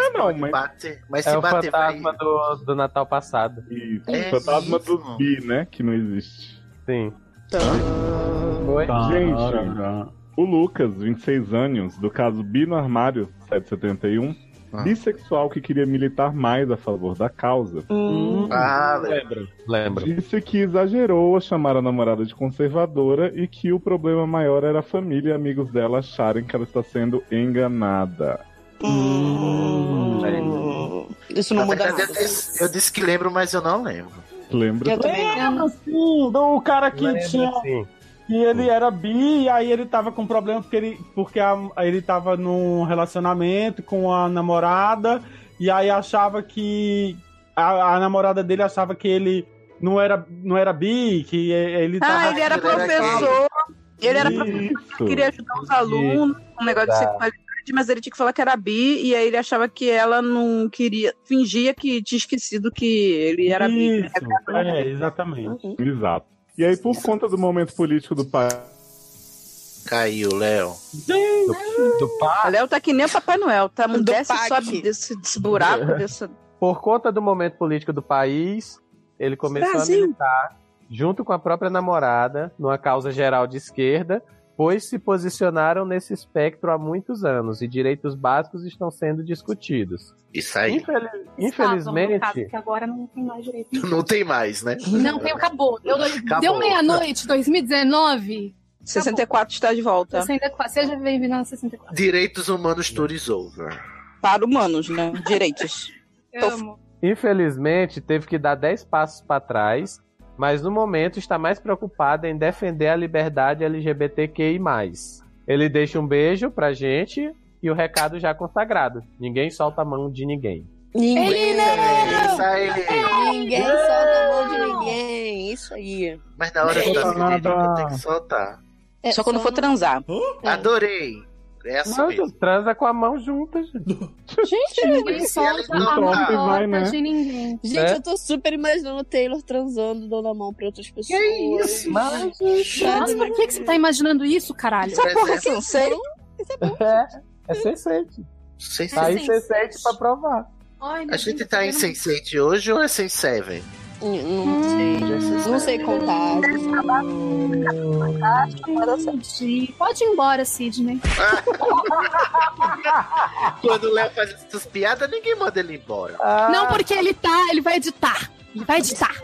é não, mas... Bate, mas é se o bater, fantasma do, do Natal passado. Isso, É o fantasma dos bi, né? Que não existe. Sim. Oi? Tá. Gente, o Lucas, 26 anos, do caso Bi no Armário 771, bissexual que queria militar mais a favor da causa. Ah, lembro. Lembro. Disse que exagerou a chamar a namorada de conservadora e que o problema maior era a família e amigos dela acharem que ela está sendo enganada. Isso Na é verdade, eu disse, eu disse que lembro, mas eu não lembro. Lembra? Lembra sim do cara que Lembro, tinha. sim. Que ele era bi e aí ele tava com problema porque ele, porque a- ele tava num relacionamento com a namorada e aí achava que. A, a namorada dele achava que ele não era, não era bi, que ele tava. Ah, ele era professor. Ele era professor que queria ajudar os alunos com um negócio de Tá. sexualidade, mas ele tinha que falar que era bi, e aí ele achava que ela não queria, fingia que tinha esquecido que ele era bi. né? Isso, É, exatamente. Exato. E aí, por conta do momento político do país. Caiu, Léo. Do, do O Léo tá que nem o Papai Noel, tá? Do Desce e Pac. sobe desse, desse buraco, dessa. Por conta do momento político do país, ele começou Brasil. a militar junto com a própria namorada numa causa geral de esquerda, pois se posicionaram nesse espectro há muitos anos e direitos básicos estão sendo discutidos. Isso aí. Infeliz- Estavam, no caso, infelizmente, Tá que agora não tem mais direito. Não tem mais, né? Não, tem- acabou. Deu, Acabou. deu um meia-noite, 2019. 64 está de Tá. volta. 64. Seja bem-vindo ao 64. Direitos humanos tour is over. Para humanos, né? Direitos. Eu amo. infelizmente teve que dar 10 passos para trás, mas no momento está mais preocupada em defender a liberdade LGBTQI+. Ele deixa um beijo pra gente e o recado já consagrado. Ninguém solta a mão de ninguém. Ninguém. Isso aí. Ninguém solta a mão de ninguém. Isso aí. Mas na hora Não da solta vida tem que soltar. É, só quando for transar. Adorei. É assim Não, mesmo. transa com a mão junta, gente. Gente, ninguém solta solta a a Então, mão vai, mão bota né? de ninguém. Gente, É. Né? eu tô super imaginando o Taylor transando, dando a mão pra outras pessoas. é Que isso? Mas, Nossa, pra que, que você tá imaginando isso, caralho? Essa porra é sensei. É, é sensate. Sensei. Tá aí sensate pra provar. Ai, A gente tá em Sense8 hoje ou é Sense7? Hum, Não sei. Não sei contar. Pode ir embora, Sidney. Quando o Léo faz essas piadas, ninguém manda ele embora. Ah, Não, porque ele tá, ele vai editar. Ele vai editar.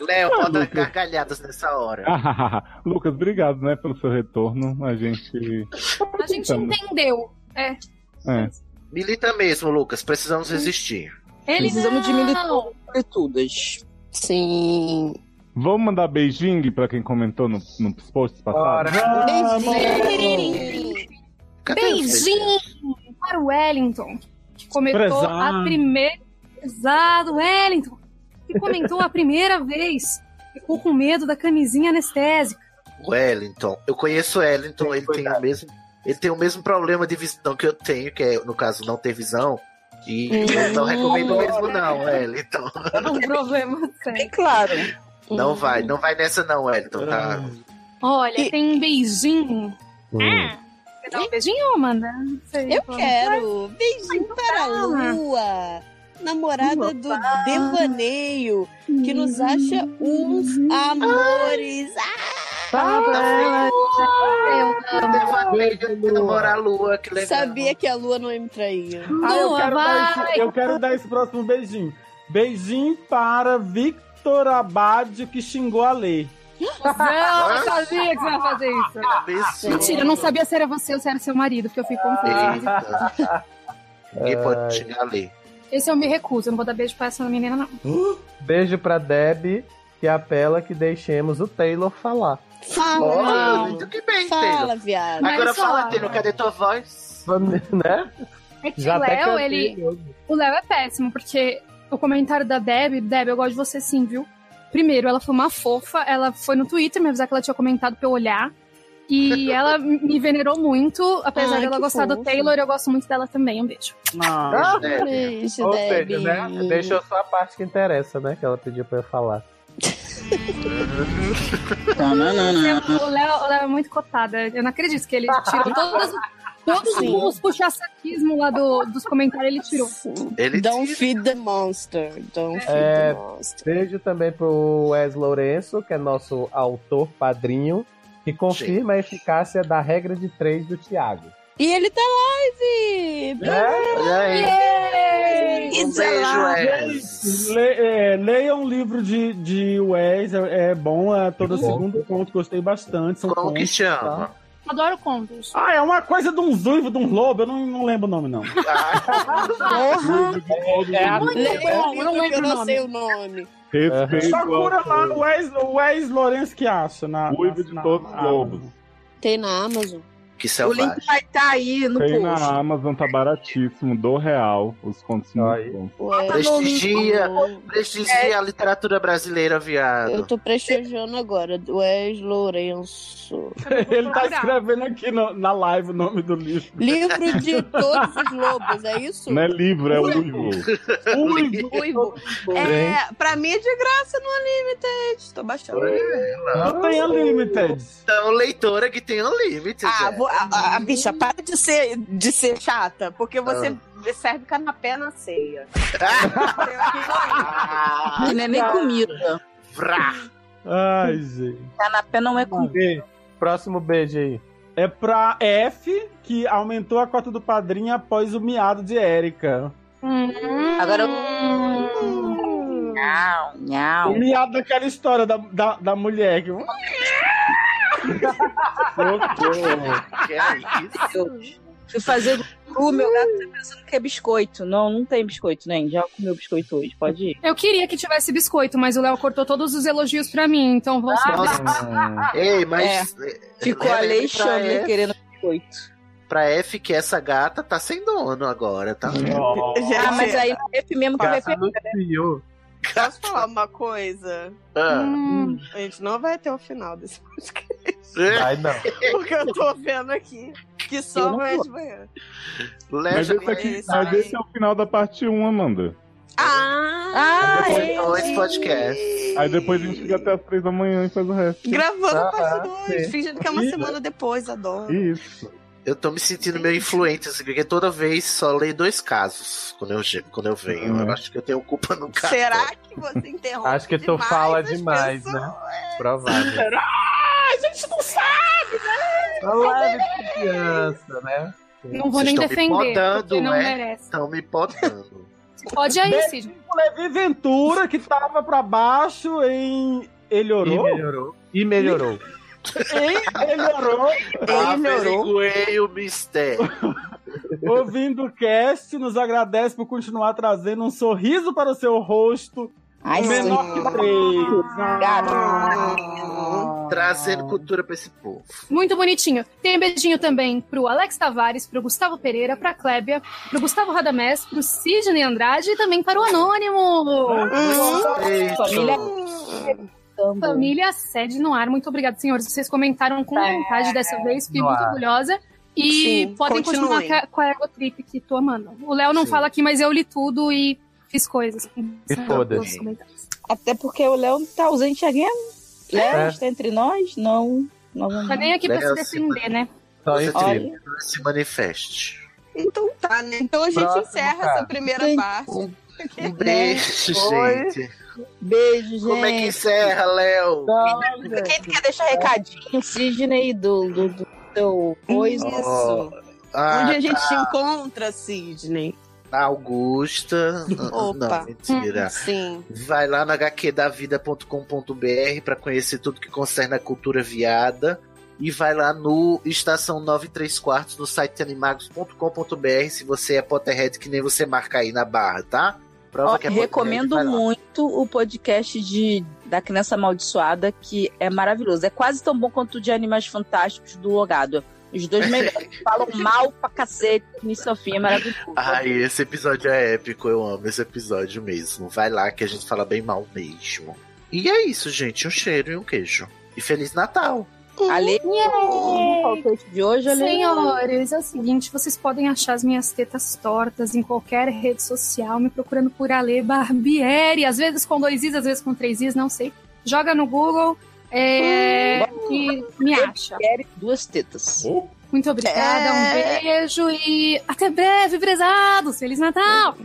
Léo, manda gargalhadas nessa hora. Lucas, obrigado, né, pelo seu retorno. A gente. A gente entendeu. É. É. Milita mesmo, Lucas. Precisamos resistir. Ele Precisamos de não. militudes. Sim. Vamos mandar beijinho pra quem comentou no, no post passado? Beijinho para o Wellington, que comentou Prezado. a primeira. Pesado, Wellington, que comentou a primeira vez. Ficou com medo da camisinha anestésica. O Wellington. Eu conheço o Wellington, ele tem o mesmo. Ele tem o mesmo problema de visão que eu tenho, que é, no caso, não ter visão. E eu Hum. não recomendo mesmo, não, Wellington. Um problema sério. Bem claro. Hum. Não vai, não vai nessa, não, Wellington. Tá? Olha, tem um beijinho. Ah, dar um beijinho, Amanda? Não sei, Eu como. quero. Beijinho para a tá. lua. Namorada Lua, do pá. devaneio, que nos acha uns Uhum. amores. Ah, Devaneio namorar a lua, que legal. Sabia que a lua não me traía. Ah, eu quero, dar esse, eu quero dar esse próximo beijinho. Beijinho para Victor Abad, que xingou a lei. Não, eu sabia que você ia fazer isso. Absurdo. Mentira, eu não sabia se era você ou se era seu marido, porque eu fui confusa. Eita. Ninguém pode chegar ali. Esse eu me recuso, eu não vou dar beijo pra essa menina, não. Beijo pra Deb, que apela que deixemos o Taylor falar. Olha, Fala, muito que bem, Fala, Taylor. viado. Agora Mas, fala, ó, Taylor, cadê tua voz? né? É que Já o até Léo, cantei ele. O Léo é péssimo, porque o comentário da Deb, Deb, eu gosto de você sim, viu? Primeiro, ela foi uma fofa, ela foi no Twitter me avisar que ela tinha comentado pra eu olhar. E ela me venerou muito, apesar Ai, dela que gostar do fofa. Taylor, eu gosto muito dela também. Um beijo. Ah, Né, Beijo, Ou Deb. seja, né? Deixou só a parte que interessa, né? Que ela pediu pra eu falar. O Léo, o Léo é muito cotado. Eu não acredito que ele tirou todas, todos Sim. os puxa-saquismo lá do- dos comentários, ele tirou. Ele um Don't feed the monster. Don't feed É, the monster. beijo também pro Wes Lourenço, que é nosso autor padrinho, que confirma a eficácia da regra de três do Thiago. E ele tá live! um É? Yay! It's alive. Gente, le- é, leiam um livro de, de Wes, é, é bom, é toda segunda conto, gostei bastante. São Como que contos, chama? tá? Adoro contos. Ah, é uma coisa de um zuivo, de um lobo, eu não, não lembro o nome, não. Porra! É, a- Leia bom, o eu não livro que lembro eu o não nome. sei o nome. Respeito Só ao cura lá no Wes, o Wes Lourenço que acha. Na, ruivo de todos os lobos. Tem na Amazon. Que O selvagem. link vai tá estar aí no Tem post. na Amazon, tá baratíssimo, do real, os contos muito bons. Prestigia, prestigia a literatura brasileira, Eu viado. tô prestigiando agora. Wes Lourenço. Ele tá escrevendo aqui no- na live o nome do livro. Livro de todos os lobos, é isso? Não é livro, é uivo. Uivo. Uivo. É, pra mim é de graça no Unlimited. Tô baixando. Não tem Unlimited. Então, leitora que tem Unlimited. Ah, é. vou- a, a- a bicha, para de ser, de ser chata, porque você Ah. serve canapé na ceia. Ah, Não é nem comida. Vrá. Ai, gente. Tá Canapé não é comida. Próximo beijo aí. É pra F, que aumentou a cota do padrinho após o miado de Érica. Hum. Agora eu. Não, O não. miado daquela história da, da, da mulher que. Que é isso? Fui fazer o meu gato tá pensando que é biscoito. Não, não tem biscoito, nem. Já comeu biscoito hoje, pode ir. Eu queria que tivesse biscoito, mas o Léo cortou todos os elogios pra mim, então vão ser. Ei, mas. é, Ficou a lei Chamlin querendo biscoito. Pra F que essa gata tá sem dono agora, tá? Hum. Ah, mas aí na F mesmo que vai Gata pegar. do senhor. Posso falar uma coisa? Hum, Ah, Hum, A gente não vai ter o final desse podcast. é, Vai não. Porque eu tô vendo aqui que Eu só não amanhã vou. de manhã. Mas Leja esse, aqui, Isso mas aí. esse é o final da parte 1, Amanda. Ah! Ah, é. dois podcasts. Aí depois a gente fica até as 3 da manhã e faz o resto. Gravando Ah, parte 2, sim. fingindo que é uma Ih. né? semana depois, adoro. Isso. Eu tô me sentindo meio influente, assim, porque toda vez só leio dois casos quando eu, che- quando eu venho. Uhum. Eu acho que eu tenho culpa no caso. Será que você interrompe? Acho que tu demais fala as demais, pessoas? né? Provável. A gente não sabe, né? é Leve criança, né? Não vou Vocês nem tão me defender, podando, porque não né? merece. Estão me podando. Pode aí, Beijo. Cid. O Levi Ventura, que tava pra baixo em. Ele E orou? melhorou. E melhorou. Em Ele orou, Averiguei o mistério. ouvindo o cast, nos agradece por continuar trazendo um sorriso para o seu rosto. Ai, menor sim. que três. Ah. Trazendo cultura pra esse povo. Muito bonitinho. Tem um beijinho também pro Alex Tavares, pro Gustavo Pereira, pra Clébia, pro Gustavo Radamés, pro Sidney Andrade e também para o Anônimo. Hum, Família. Família Sede no Ar. Muito obrigada, senhores. Vocês comentaram com vontade dessa vez, fiquei No muito ar. orgulhosa. E É, Sim, podem continuem. continuar ca- com a Ego Trip que tô amando. O Léo não Sim. fala aqui, mas eu li tudo e fiz coisas. E foda-se. Os comentários. Até porque o Léo tá ausente again. Léo É. está entre nós? Não. Não, não. Tá nem aqui pra Léo, se defender, né? Só Você incrível. tem que se manifeste. Então tá, né? Então a gente Próximo, encerra cara. essa primeira parte. Um beijo, Oi. gente. Beijo, gente. Como é que encerra, Léo? Quem quer deixar recadinho? Sidney do. do, do, do coisa. Ó, ah, Onde a gente tá. se encontra, Sidney? Na Augusta. Não, Opa. Não, mentira. É. Hum, Sim. Vai lá na hqdavida.com.br para conhecer tudo que concerne a cultura viada. E vai lá no Estação 93 Quartos, no site animagos.com.br, se você é Potterhead, que nem você marca aí na barra, tá? Prova Ó, que é Potterhead, recomendo vai lá. muito o podcast de da Criança Amaldiçoada, que é maravilhoso. É quase tão bom quanto o de Animais Fantásticos do Logado. Os dois melhores. Falam mal pra cacete, início ao fim, é maravilhoso. Ai, esse episódio é épico, eu amo esse episódio mesmo. Vai lá que a gente fala bem mal mesmo. E é isso, gente. Um cheiro e um queijo. E Feliz Natal! Ale, Yay! qual foi o de hoje, Ale? Senhores, é o seguinte, vocês podem achar as minhas tetas tortas em qualquer rede social, me procurando por Ale Barbieri, às vezes com dois is, às vezes com três is, não sei. Joga no Google é, Hum. e me acha. Duas tetas. Muito obrigada, É. um beijo e até breve, prezados! Feliz Natal!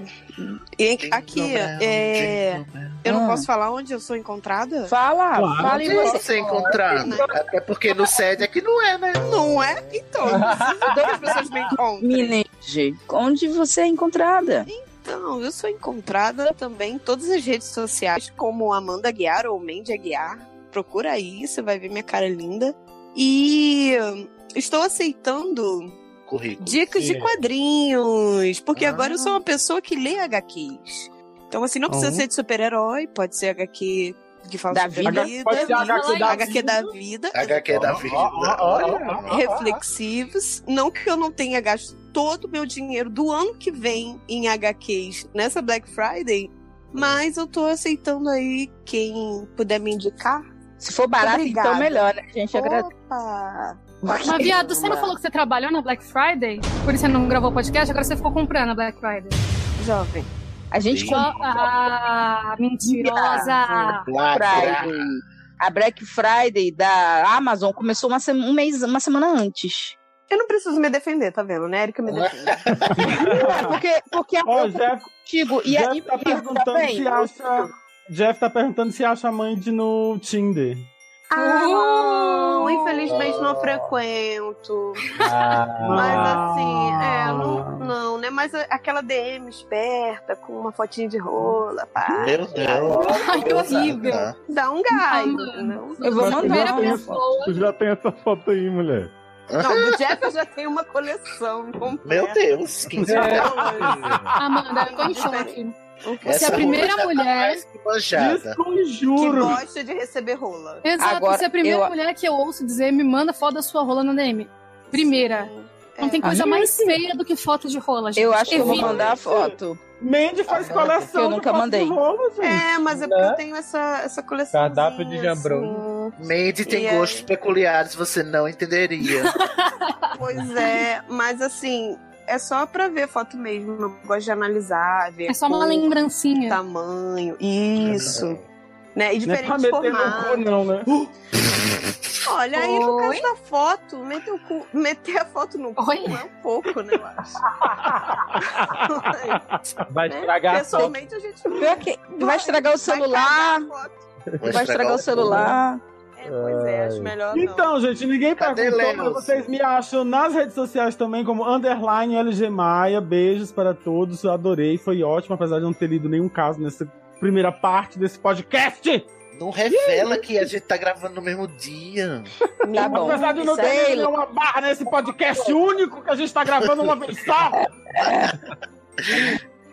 E aqui, é, eu não posso falar onde eu sou encontrada? Fala, Claro. fala em Onde você. você é encontrada? Até porque no sede é que não é, né? Não é? Então, as pessoas me encontram. Mineje, onde você é encontrada? Então, eu sou encontrada também em todas as redes sociais, como Amanda Guiar ou Mandy Aguiar. Procura aí, você vai ver minha cara linda. E hum, estou aceitando Currículo. dicas de Sim. Ah. quadrinhos, porque agora eu sou uma pessoa que lê HQs. Então, assim, não precisa Oh. ser de super-herói, pode ser HQ que fala Da sobre vida. vida, Pode ser HQ, HQ da da vida, HQ é da vida. reflexivos. Não que eu não tenha gasto todo o meu dinheiro do ano que vem em HQs nessa Black Uhum. Friday, mas eu tô aceitando aí quem puder me indicar. Se for barato, então melhor, né? A gente agradece. Opa! Mas, viado, você não falou que você trabalhou na Black Friday? Por isso você não gravou o podcast, agora você ficou comprando a Black Friday. Jovem. A gente Só- Ah, mentirosa! Black Friday. A Black Friday da Amazon começou uma, sema- um mês, uma semana antes. Eu não preciso me defender, tá vendo, né? Erika me é? defende. É, porque, porque a Ah. Ó, Jeff, contigo. E Jeff aí, tá tá perguntando bem? se acha. Jeff tá perguntando se acha a Mandy no Tinder. Ah, não, Uh! infelizmente não frequento. Ah, Mas Ah. Ah. assim, é, não, não, né? Mas a- aquela DM esperta, com uma fotinha de rola, pá. Meu Deus. Ai, que horrível. Dá um Ah. gás. Eu é vou Mas tu mandar já a tem- pessoa. Tu já tem essa foto aí, mulher. Não, do Jeff eu já tenho uma coleção completa. Meu Deus, que é Amanda, eu tô em choque. um Você é a primeira mulher. manjada. Que gosta de receber rola. Exato, você é a primeira eu- mulher que eu ouço dizer me manda foto da sua rola na DM. Primeira. Não tem coisa Ah, mais feia do que foto de rola, gente. Eu acho que eu vou Evita. mandar a foto. Mandy faz coleção. Eu nunca mandei. É, mas é porque eu tenho essa, essa coleção. Cardápio de jambrão. Mandy tem E é- gostos peculiares, você não entenderia. Pois é, mas assim, é só pra ver foto mesmo. Eu gosto de analisar, ver. É só uma cor, lembrancinha. Tá. Tamanho. Isso. Né? E Não é pra diferentes meter no cu, formatos. não, né? Olha, aí no caso da foto, meter, o cu- meter a foto no cu é um pouco, né? eu acho. Vai Né? estragar tudo. Pessoalmente a gente não- Pior que vai estragar o celular. Vai estragar o celular. pois é, acho melhor não. Então, gente, ninguém perguntou, mas Lemos? vocês me acham nas redes sociais também como underline LG Maia. Beijos para todos, eu adorei, foi ótimo, apesar de não ter lido nenhum caso nessa primeira parte desse podcast. Não revela que a gente tá gravando no mesmo dia. Tá bom. Apesar de não é ter Sei lido nenhuma barra nesse podcast único que a gente tá gravando uma vez só.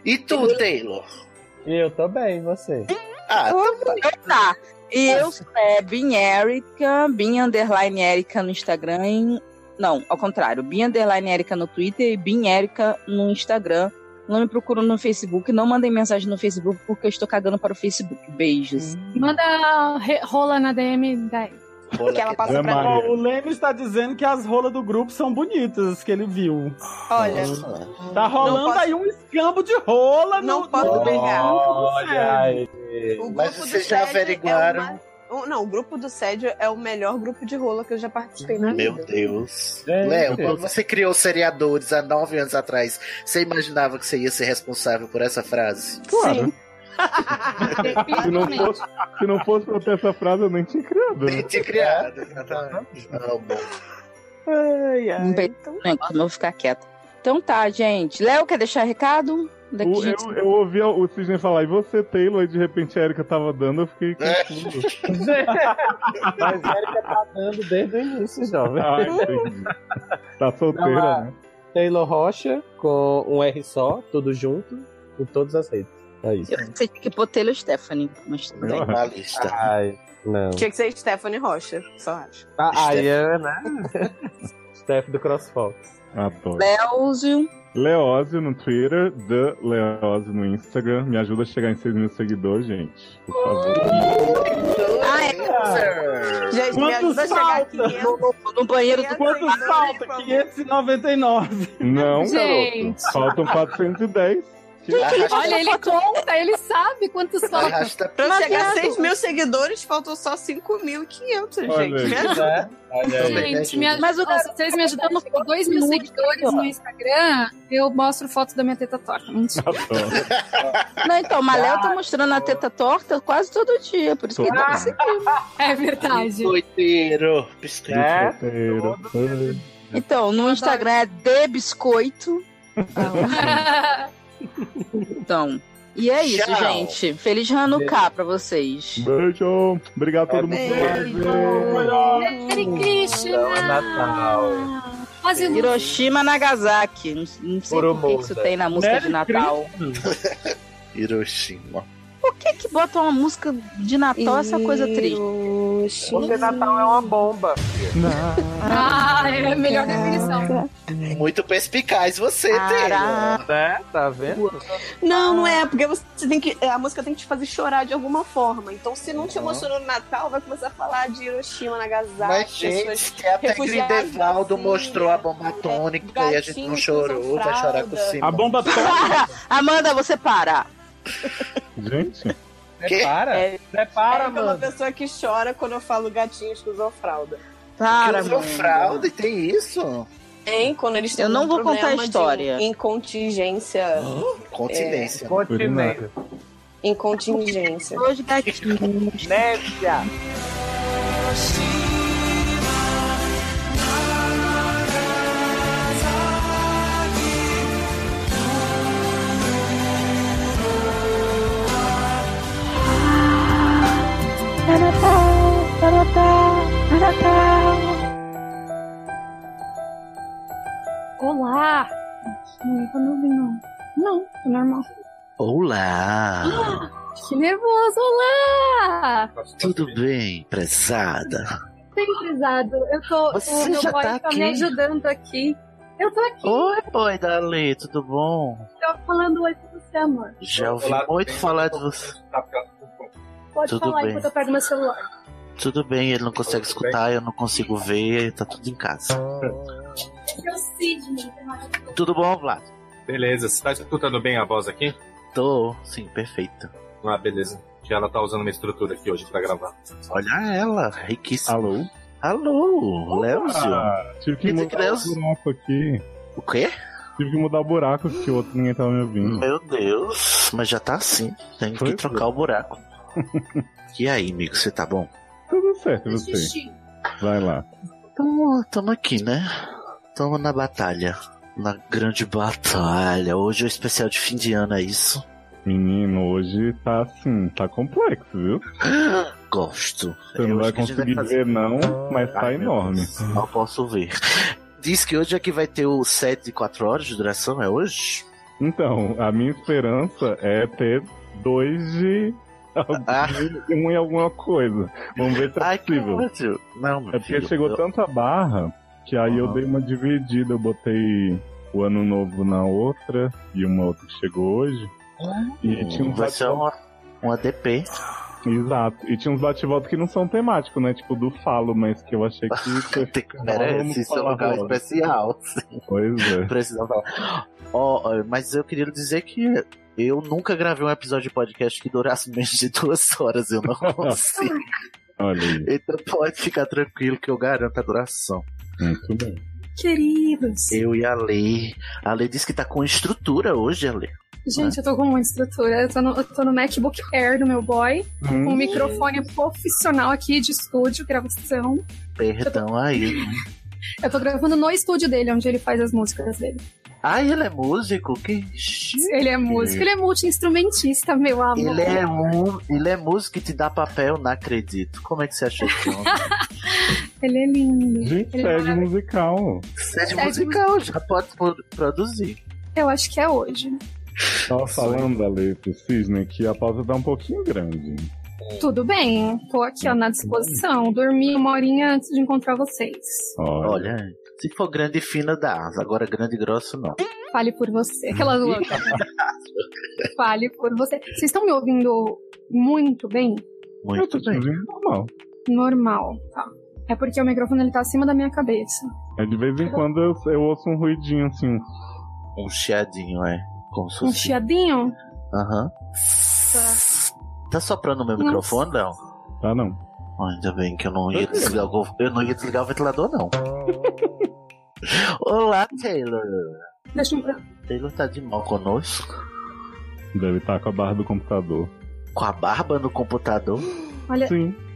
E tu, Taylor? Eu tô bem, você. Ah, Então tá. E eu sou é, Bin Erica, Bin Underline Erica no Instagram. e- Não, ao contrário. Bin Underline Erica no Twitter e Bin Erica no Instagram. Não me procuram no Facebook, não mandem mensagem no Facebook porque eu estou cagando para o Facebook. Beijos. Hum. Manda re- rola na DM daí. Que ela É passa pra mim. Ó, O Leme está dizendo que as rolas do grupo são bonitas, que ele viu. Olha. Tá rolando posso- aí um escambo de rola Não no... posso no- brigar. Olha aí. Mas vocês já averiguaram é o- Não, o grupo do Sédio é o melhor grupo de rola que eu já participei na Ah, Meu vida. Deus. Gente. Léo, quando você criou os seriadores há nove anos atrás, você imaginava que você ia ser responsável por essa frase? Claro. Sim. Se não, fosse, se não fosse pra ter essa frase, eu nem tinha criado. né? Nem tinha criado, exatamente. Não, bom. Ai, ai. Não tem momento, não vou ficar quieta. Então tá, gente. Léo, quer deixar recado? Daqui O- a gente- eu, eu ouvi o Cisne falar, e você, Taylor? E de repente a Erika tava dando, eu fiquei confuso. Mas a Erika tá dando desde o início, jovem. Ah, entendi. Tá solteira, Ela- né? Taylor Rocha com um R só, tudo junto, em todas as redes. É isso. Eu sei que botei o Stephanie, mas tudo bem. Ai, não. Tinha que ser Stephanie Rocha, só acho. A Ayana. é, né? Steph do CrossFox. Adoro. Leozio. Leózio no Twitter, The Leózio no Instagram. Me ajuda a chegar em 6 mil seguidores, gente. Por favor. Ah, é. Gente, me ajuda a chegar a 500. No, banheiro do Quanto assim, falta? 599. Não, Gente. garoto. Faltam 410. Olha, ele conta, ele sabe quantos faltam. Pra eu Mas, chegar a viado, 6 mil seguidores, faltam só 5.500, Olha gente. aí. Me ajuda. né, Gente, me aj- Nossa, vocês me ajudando com 2 mil seguidores no Instagram, eu mostro foto da minha teta torta. Mentira. Não, então, mas Léo tá mostrando a teta torta quase todo dia, por isso que ele tá Todo. conseguindo. É verdade. Biscoiteiro. Biscoiteiro. É? Então, no Instagram é de biscoito. Então, e é isso, Tchau. gente. Feliz Hanukkah pra vocês. Beijo. Obrigado a todo mundo. Merry Então, é é É? Natal. Mas eu não- Hiroshima Nagasaki. Não, não sei por que que isso Morda. tem na música Merry de Natal. Hiroshima. Por que que botam uma música de Então, Natal essa coisa triste? Porque Natal é uma bomba. Ah, é a melhor definição. Muito perspicaz você, Taylor. Né? Tá vendo? Não, não é, porque você tem que. A música tem que te fazer chorar de alguma forma. Então, se não Uhum. te emocionou no Natal, vai começar a falar de Hiroshima, Nagasaki. Mas, gente, pessoas que até refugiadas. assim, é, Grindelwaldo mostrou a bomba atômica e a gente não chorou, vai chorar com o Simon. A bomba Para! Amanda, você para! Gente, Prepara. Prepara, é uma pessoa que chora quando eu falo gatinhos que usam fralda. Para, Que usou Amanda. fralda e tem isso? Hein? Quando eles têm Eu não um vou contar a problema de história. Incontingência. Continência. Continência. É, incontingência. Hoje gatinhos. Népia. É Natal, é Natal, é Natal. Olá! Não é pra não ouvir, não. Não, é normal. Olá! Que nervoso, olá! Tudo bem, prezada? Bem prezado, eu tô. Você o meu já boy tá tá me aqui? ajudando aqui. Eu tô aqui, Oi, boy da Lei, tudo bom? tô falando oi pra você, amor. Já ouvi muito falar de você. Pode Tudo falar bem. enquanto eu pego meu celular. Tudo bem, ele não consegue escutar, eu não consigo ver, tá tudo em casa. Eu Sidney. Tudo bom, Vlad? Beleza, você tá escutando bem a voz aqui? Tô, sim, perfeita. Ah, beleza. Que ela tá usando minha estrutura aqui hoje pra gravar. Olha ela, riquíssima. Alô? Alô, Léozio? Ah, tive que Quer dizer mudar o Léozio- buraco aqui. O quê? Tive que mudar o buraco que o outro ninguém tava me ouvindo. Meu Deus, Hum. mas já tá assim. Tem é. que trocar o buraco. e aí, amigo, você tá bom? Tudo certo, você. Vai lá. Tamo, tamo aqui, né? Tamo na batalha. Na grande batalha. Hoje é o especial de fim de ano, é isso? Menino, hoje tá assim, tá complexo, viu? Gosto. Você não Eu vai acho que a gente conseguir vai fazer. um ver, não, mas tá Ai, meu enorme. Deus, Não posso ver. Diz que hoje é que vai ter o set de 4 horas de duração, é hoje? Então, a minha esperança é ter dois de. Ah, de um em alguma coisa. Vamos ver se é possível. ótimo. Não, meu é porque filho, chegou eu- tanta barra que aí eu dei uma dividida. Eu botei o ano novo na outra e uma outra que chegou hoje. E Ah. tinha uns Vai ser uma, um ADP. Exato. E tinha uns bate-volta que não são temáticos, né? Tipo do falo, mas que eu achei que. Tem que Merece, isso é um lugar especial. Pois é. Precisava falar. Ó, ó, mas eu queria dizer que eu nunca gravei um episódio de podcast que durasse menos de duas horas. Eu não consigo. Olha aí. Então pode ficar tranquilo que eu garanto a duração. Muito bem. Queridos. Eu e a Lei. A Lei disse que tá com estrutura hoje, a Lei. Gente, eu tô com uma estrutura. Eu tô no, eu tô no MacBook Air do meu boy. Hum, Com um Hum. microfone profissional aqui de estúdio, gravação. Perdão aí. né? Eu tô gravando no estúdio dele, onde ele faz as músicas dele. Ai, ele é músico? Que Ele é músico, ele é multi-instrumentista, meu amor. Hum. Ele é, um, ele é músico e te dá papel, não acredito. Como é que você achou que homem? Ele é lindo. Gente, Ele é sede musical. Sede Sede é musical, já pode pro- produzir. Eu acho que é hoje. Tava falando, Ale, pro Cisne, que a pausa tá um pouquinho grande. É. Tudo bem, tô aqui ó, na disposição. Dormi uma horinha antes de encontrar vocês. Olha. se for grande e fina, dá. Agora grande e grosso, não. Fale por você. Aquela louca. Fale por você. Vocês estão me ouvindo muito bem? Muito bem. Normal. Normal, tá. É porque o microfone ele tá acima da minha cabeça. É de vez em quando eu, eu ouço um ruidinho assim. Um chiadinho, é. Como se Um fosse. chiadinho? Aham. Tá soprando o meu Nossa. microfone, não? Tá não. Ainda bem que eu não ia desligar o, go- eu não ia desligar o ventilador, não. Olá, Taylor. Deixa eu... Taylor tá de mal conosco. Deve estar com a barra do computador. Com a barba no computador? Olha, É.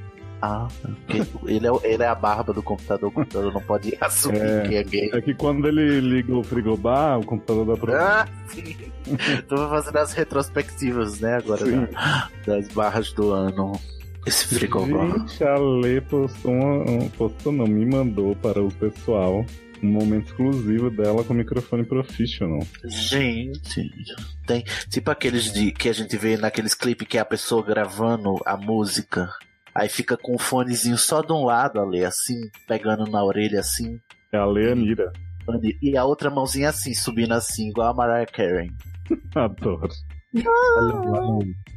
Ah, porque ele é, o- ele é a barba do computador, o computador não pode assumir que é gay. É que quando ele liga o frigobar, o computador dá Ah, problema. sim. Tô fazendo as retrospectivas, né, agora, Sim. da- das barras do ano. Esse frigobar. Gente, a Lê postou, uma- um- postou não, me mandou para o pessoal um momento exclusivo dela com microfone professional. Gente, tem tipo aqueles de, que a gente vê naqueles clipes que é a pessoa gravando a música, aí fica com um fonezinho só de um lado ali, assim, pegando na orelha assim. É a Leanira. E a outra mãozinha assim, subindo assim, igual a Mariah Carey. Adoro. Ah!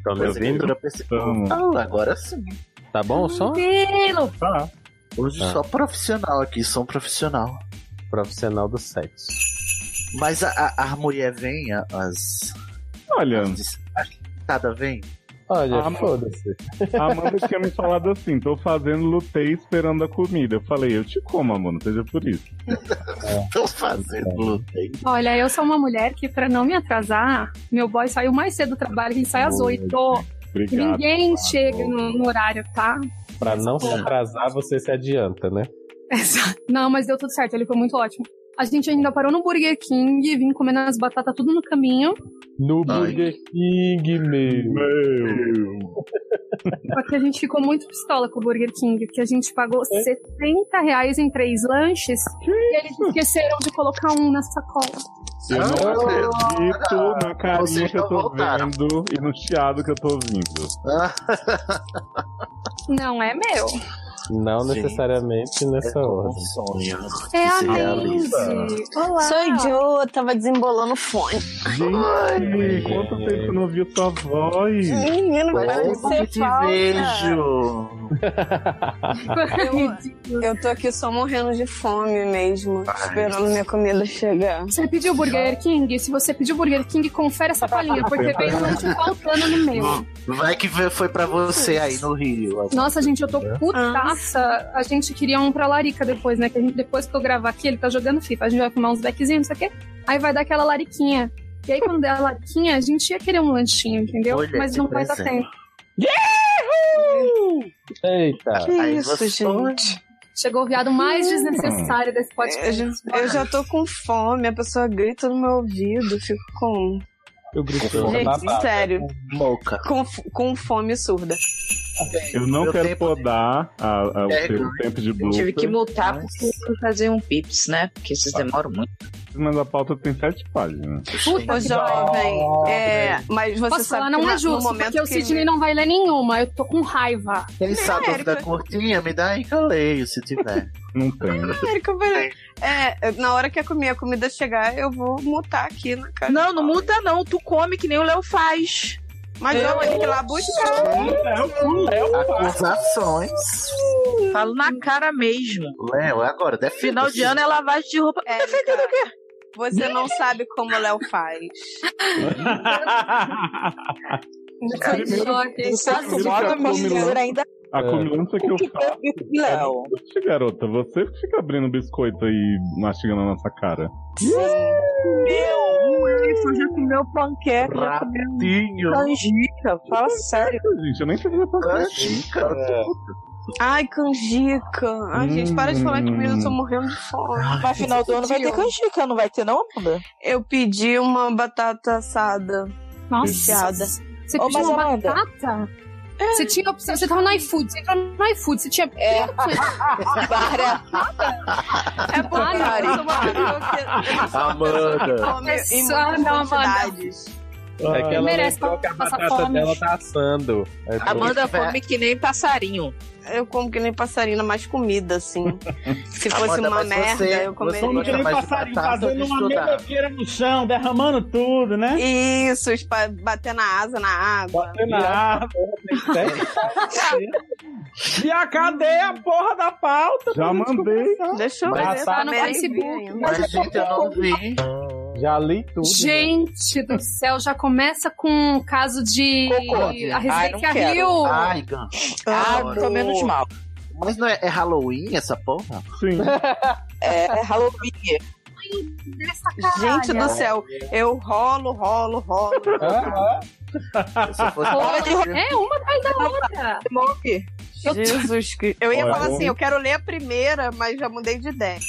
Tá me Coisa que ouvindo? eu pensei, Tamo. "Ah, agora sim. Tá bom o som? Pelo! Tá. Hoje Tá. só profissional aqui, som profissional. Profissional do sexo. Mas a, a, as mulher vem, a- as. Olha. As, as cada vem. Olha, Ah, mas- foda-se. A Amanda tinha me falado assim: tô fazendo, lutei esperando a comida. Eu falei, eu te como, Amanda, seja por isso. Tô fazendo, lutei. Olha, eu sou uma mulher que, pra não me atrasar, meu boy saiu mais cedo do trabalho, ele sai Tá às Boa, oito. Obrigado. Ninguém chega no, no horário, tá? Pra não se atrasar, você se adianta, né? Não, mas deu tudo certo, ele foi muito ótimo. A gente ainda parou no Burger King, vim comendo as batatas tudo no caminho, No Burger King, meu. Meu. só que a gente ficou muito pistola com o Burger King, que a gente pagou 70 reais em três lanches e eles esqueceram de colocar um na sacola. Eu não é Ah, acredito na carinha vocês que eu não tô voltaram. vendo e no chiado que eu tô ouvindo. Ah, Não é meu. Não necessariamente nessa um ordem. É a se Lindsay. Olá. Sou idiota, tava desembolando o fone. Gente, quanto tempo que eu não ouvi sua voz? Menino, para de Como ser te falsa. vejo. Eu, eu tô aqui só morrendo de fome mesmo, esperando minha comida chegar. Você pediu Burger King? Se você pediu Burger King, confere essa palhinha, porque veio um lanche faltando no meu. Vai que vê- foi pra você aí no Rio. Nossa, gente, eu tô putaça. A gente queria um pra Larica depois, né? Que a gente, depois que eu gravar aqui, ele tá jogando FIFA. A gente vai fumar uns beckzinhos, não sei o quê. Aí vai dar aquela lariquinha. E aí, quando der a lariquinha, a gente ia querer um lanchinho, entendeu? Olha Mas que não vai estar presente. tendo. Eita. Aí isso, você- gente? Chegou o viado Hum. mais desnecessário desse Eu podcast. já, eu já tô com fome, a pessoa grita no meu ouvido, fico com. Eu grito. Gente, babado. sério, Moca. com, f- com fome surda. Eu não Meu quero tempo- podar a- a- o É, seu tempo de Eu blusa. tive que multar porque eu fui fazer um pips, né? Porque vocês demoram muito. Mas a pauta tem sete páginas. Ô, jovem, é, mas você Posso sabe falar, não que na- é no justo, momento porque o que- Sidney não vai ler nenhuma. Eu tô com raiva. Quem sabe eu da curtinha, me dá aí que eu leio, se tiver. Não tem. América, vai- É, na hora que a comida, a comida chegar, eu vou mutar aqui na cara. Não, não muda não. Tu come que nem o Léo faz. Mas eu vou ter que ir lá É, buscar. Acusações. Falo na cara mesmo. Léo, é agora, defenda. Final de ano é lavagem de roupa. É, Defendendo o quê? Você não sabe como o Léo faz. Primeiro- Choque. primeiro que eu como Léo- ainda. A comilança que eu faço. Léo. Oxe, garota, você que fica abrindo biscoito aí, mastigando na nossa cara. Meu, isso já comeu panqueca. já comeu Ratinho. Canjica, fala sério. Gente, eu nem sabia pra Canjica. Ai, canjica. Ai, gente, para de falar em comida, Hum. eu tô morrendo de fome. Vai final do ano vai ter canjica, não vai ter não, Amanda? Eu pedi uma batata assada. Nossa. Recheada. Você Ô, pediu mas, uma Amanda, batata? É. Você tinha opção, você tava no iFood, você entrou no iFood, você tinha. É, É por Ah, causa de uma pessoa que- Amanda. come em Só muitas não, Amanda. quantidades. É que Ah, ela Merece lembrou que a passar batata fome. dela tá assando. É por- Amanda come que nem passarinho. Eu como que nem passarinho, mais comida, assim. Se fosse Amanda, uma mas merda, você- eu comeria. você Como que nem passarinho fazendo uma melodeira no chão, derramando tudo, né? Isso, espa- bater na asa na água. Bater na água. E a cadê a porra da pauta? Já mandei. Deixa eu ver. tá no Facebook. Mas, gente, eu não vi. Já li tudo. né? Gente do céu, já começa com um caso de a residência Rio. Ai, Gan. Ah, tô menos mal. Mas não é, é Halloween essa porra? Sim. É, é Halloween. Gente do céu, eu rolo, rolo, rolo. É uma atrás da outra. Jesus Cristo. Eu ia Olha, falar eu- assim, eu quero ler a primeira, mas já mudei de ideia.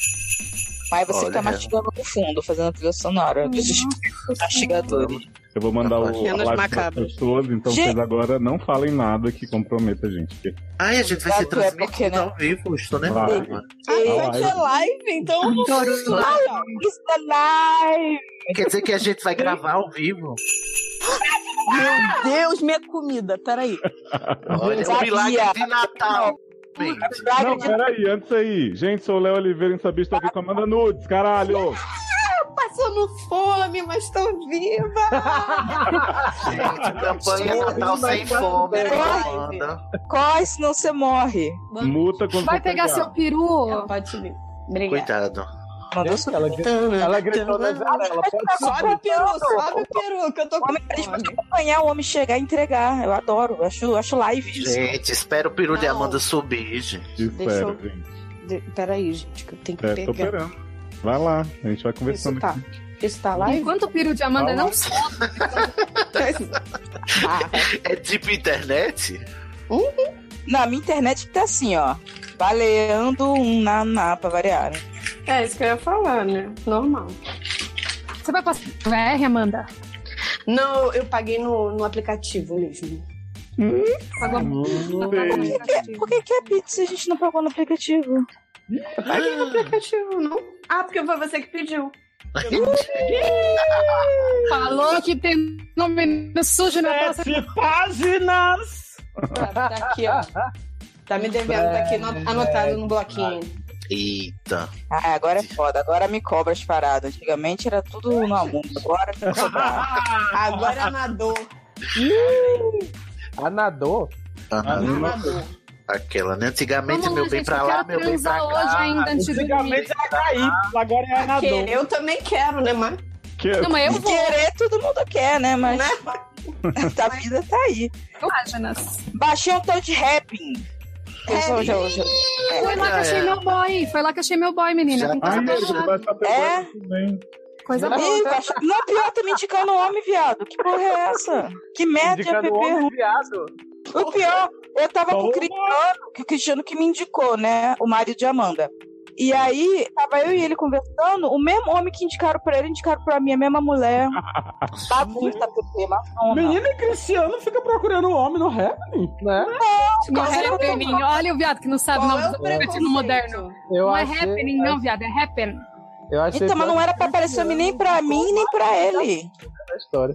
Mas você Olha. tá mastigando no fundo, fazendo a trilha sonora. Tá Mastigadores. Eu vou mandar Tá o Cenas a live para macabras. pessoas, então Gente. vocês agora não falem nada que comprometa a gente. porque- Ai, a gente vai ser Exato, é transmitido porque, né? ao vivo, estou Vai. nervosa. Vai. Vai ter live, então. Isso é live! Quer dizer que a gente vai gravar ao vivo? Meu Deus, minha comida. Peraí. Olha, o Sabia. milagre de Natal. é Não, peraí, antes aí. Gente, sou o Léo Oliveira em Sabisto aqui com a Amanda Nudes, caralho! Passando fome, mas tô viva! Gente, campanha Natal sem tá fome. Amanda. Corre, senão você morre. Muta quando Vai pegar seu peru. Pode vir. Cuidado. Ela, gri- ela gritou na janela. Pode Sobe o peru, sobe o peru, que eu tô com fome. Acompanhar o homem chegar e entregar. Eu adoro. Eu acho, eu acho live isso. Gente, espera o peru de Amanda subir, gente. Deixa eu- De- Peraí, gente, que eu tenho que É, tô pegar. esperando. Vai lá, a gente vai conversando Isso tá. aqui. Isso tá lá? Enquanto o peru de Amanda Fala. não sobe. É tipo internet? Na minha internet tá assim, ó. Baleando um naná pra variar. É isso que eu ia falar, né? Normal. Você vai passar VR, Amanda? Não, eu paguei no, no aplicativo mesmo. Pagou Hum. Por que, que- por que que é pizza se a gente não pagou no aplicativo? Eu paguei no aplicativo, não? Ah, porque foi você que pediu. Falou que tem nome sujo na taça. Sete páginas! Tá, tá aqui, ó. Tá me devendo, tá aqui no- anotado no bloquinho. Eita. Ah, agora é foda. Agora me cobra as paradas. Antigamente era tudo no aluno. Agora tem que cobrar. Agora é na dor. Anador? tá- Ah, Anador. Aquela, né? Antigamente, Vamos meu lá, bem gente, pra eu lá, quero meu bem pra transar cá. hoje ainda antes de Antigamente era cair, agora é Que anador. eu também quero, né, Mar? Que- Não, mas eu vou. Querer todo mundo quer, né? Mas a vida tá aí. Páginas. Baixei um tal de rapping. Eu sou- já- já- É, Foi lá que achei meu boy. Foi lá que achei meu boy, menina. Com Ai, tá cara ele fechada. vai estar É? pegando também. Coisa tá Ih, boa. baixei- Não, pior, tá me indicando homem, viado. Que porra é essa? Que merda de app Indicando homem ruim. viado. O pior, eu tava com Toma! o Cristiano, que o Cristiano que me indicou, né? O marido de Amanda. E aí, tava eu e ele conversando, o mesmo homem que indicaram pra ele, indicaram pra mim, a mesma mulher. Bagunça, Pepe, é mafona. Menina e Cristiano fica procurando homem no happening, né? Não Qual é é o happening. Olha o viado que não assim. sabe o Qual nome é o dos aplicativos preconceito? moderno. Eu Não é achei- happening, assim. não, viado. É happen. Eu achei Então, mas não era pra aparecer nem pra mim, nem pra ele. essa história.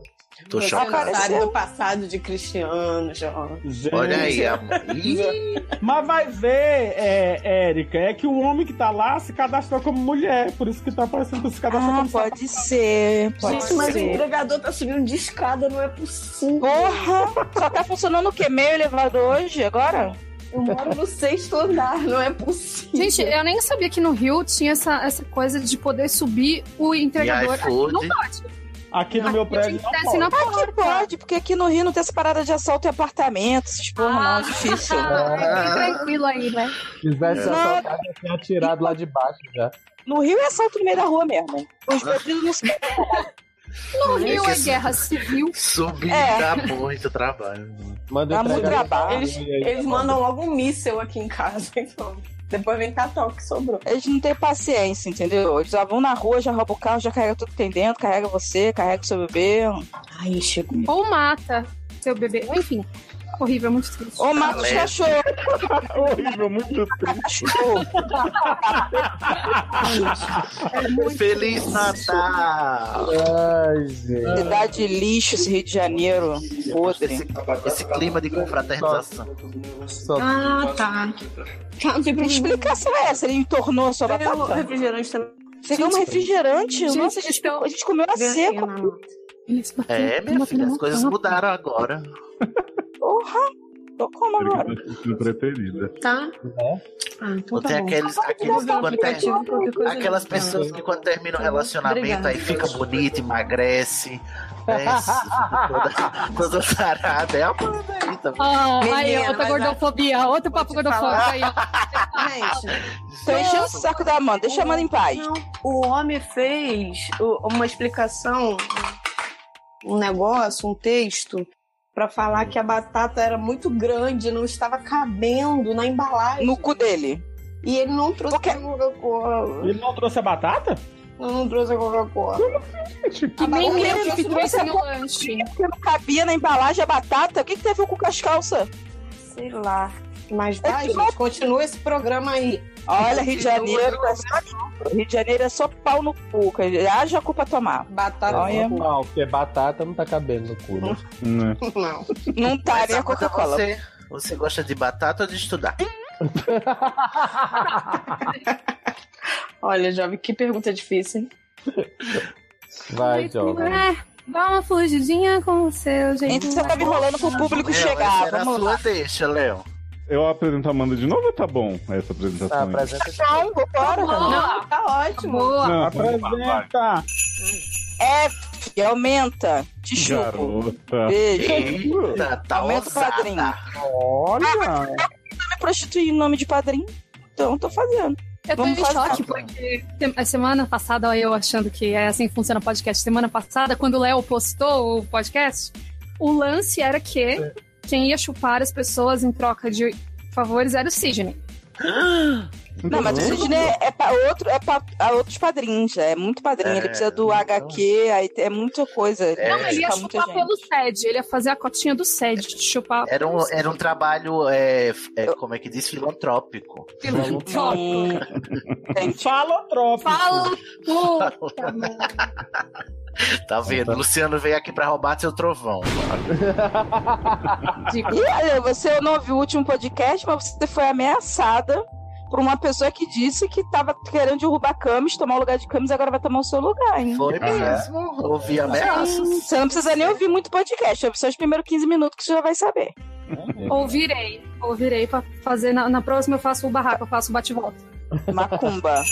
Tô Você chocado. não sabe do passado de Cristiano, João. Gente. Olha aí, amor. Ih, Mas vai ver, é, Érica, é que o homem que tá lá se cadastrou como mulher, por isso que tá parecendo que se cadastrou Ah, como pode ser, pode Gente, mas o ser. entregador tá subindo de escada, não é possível. Porra! Só tá funcionando o quê? Meio elevador hoje, agora? Eu moro no sexto andar, não é possível. Gente, eu nem sabia que no Rio tinha essa, essa coisa de poder subir o entregador. E iFood. Não pode. Aqui no meu prédio tá não Aqui pode. Ah, pode. porque aqui no Rio não tem essa parada de assalto em apartamento, essas porra não, é difícil. Ah, tranquilo aí, né? Quisesse Não. assaltado, eu tinha atirado lá de baixo já. No Rio é assalto no meio da rua mesmo. Os bandidos não se No É Rio que é esse- guerra civil. Subir É. dá muito trabalho. Manda Dá muito trabalho. Eles, eles eles mandam logo um míssel aqui em casa, então. Depois vem catar o que sobrou. Eles não têm paciência, entendeu? Eles já vão na rua, já roubam o carro, já carrega tudo que tem dentro, carrega você, carrega o seu bebê. Ai, chegou. Ou mata seu bebê. Enfim, horrível, é muito triste. Oh. Ou mata os cachorros. Horrível, muito triste. É Feliz Natal! Ai, gente. Cidade lixo, esse Rio de Janeiro. Podre. Esse clima de confraternização. Ah, tá. Que explicação é essa? Ele tornou a sua batata? refrigerante também. Você ganhou um refrigerante? Gente, Nossa, a gente, a gente comeu a Ganhei seco. na É, minha filha, as coisas Ah, mudaram agora. Porra! Tô como agora? Minha preferida. Tá? É. Ah, Ou então tem aqueles, aqueles que quando aplicativo, qualquer ter, coisa aquelas eu pessoas que quando terminam o relacionamento Obrigada. aí fica bonita, emagrece, né, fica toda, toda sarada. É a banda aí também. Ah, aí, Menina, outra mas gordofobia, outro papo gordofóbico aí, Ah, ó. Tô enchendo o saco da Amanda, deixa a Amanda em paz. Não, o homem fez o- uma explicação, um negócio, um texto, pra falar que a batata era muito grande, não estava cabendo na embalagem. No cu dele. E ele não trouxe a Coca-Cola. Ele não trouxe a batata? Não trouxe a Coca-Cola. E nem Porque eu se que trouxe você no for- lanche. Porque não cabia na embalagem a batata. O que, que teve com as calças? Sei lá. Mas É vai, gente, continua esse programa aí. Olha, Rio de Janeiro é só Rio de Janeiro é só pau no cu. cara. Haja a culpa tomar. Batata Não, Olha, não, porque batata não tá cabendo no cu, né? Não. não tá Mas, nem a Amanda, Coca-Cola. Você, você gosta de batata ou de estudar? Olha, jovem, que pergunta difícil, hein? Vai, Jovem. É, dá uma fugidinha com o seu jeito. Então você tá me enrolando pro público chegar. era a Vamos sua lá. deixa, Léo. Eu apresento a Amanda de novo ou tá bom essa apresentação? Tá, aí? apresenta. Então, vambora. Não, tá ótimo. Não, Apresenta. F, É, aumenta. Te chupo. Garota. Beijo. Eita, tá aumenta o ousada. padrinho. Olha. Me prostituir em nome de padrinho. Então, tô fazendo. Eu tô Vamos em fazer. choque porque se- a semana passada, ó, eu achando que é assim que funciona o podcast. Semana passada, quando o Léo postou o podcast, o lance era que É. quem ia chupar as pessoas em troca de favores era o Sidney. Não, mas o Sidney é, é pra outro, é pra a outros padrinhos, é muito padrinho. É, ele precisa do HQ, aí é muita coisa. ele Não, tem que ele ia ficar É, muita chupar gente. pelo SED, ele ia fazer a cotinha do SED, de chupar. Era um, era um trabalho, é, f- é, como é que diz, filantrópico. Hum. Falotrópico. Fala, puta, mano. Tá vendo? Luciano veio aqui pra roubar seu trovão. E olha, você não ouviu o último podcast, mas você foi ameaçada por uma pessoa que disse que tava querendo derrubar Camis, tomar o lugar de Camis, agora vai tomar o seu lugar, hein? Foi mesmo? Ouvi ameaças. Sim, Você não precisa nem ouvir muito podcast, ouve só os primeiros 15 minutos que você já vai saber. Ouvirei, ouvirei pra fazer. Na, na próxima eu faço o barraco, eu faço o bate-volta. Macumba.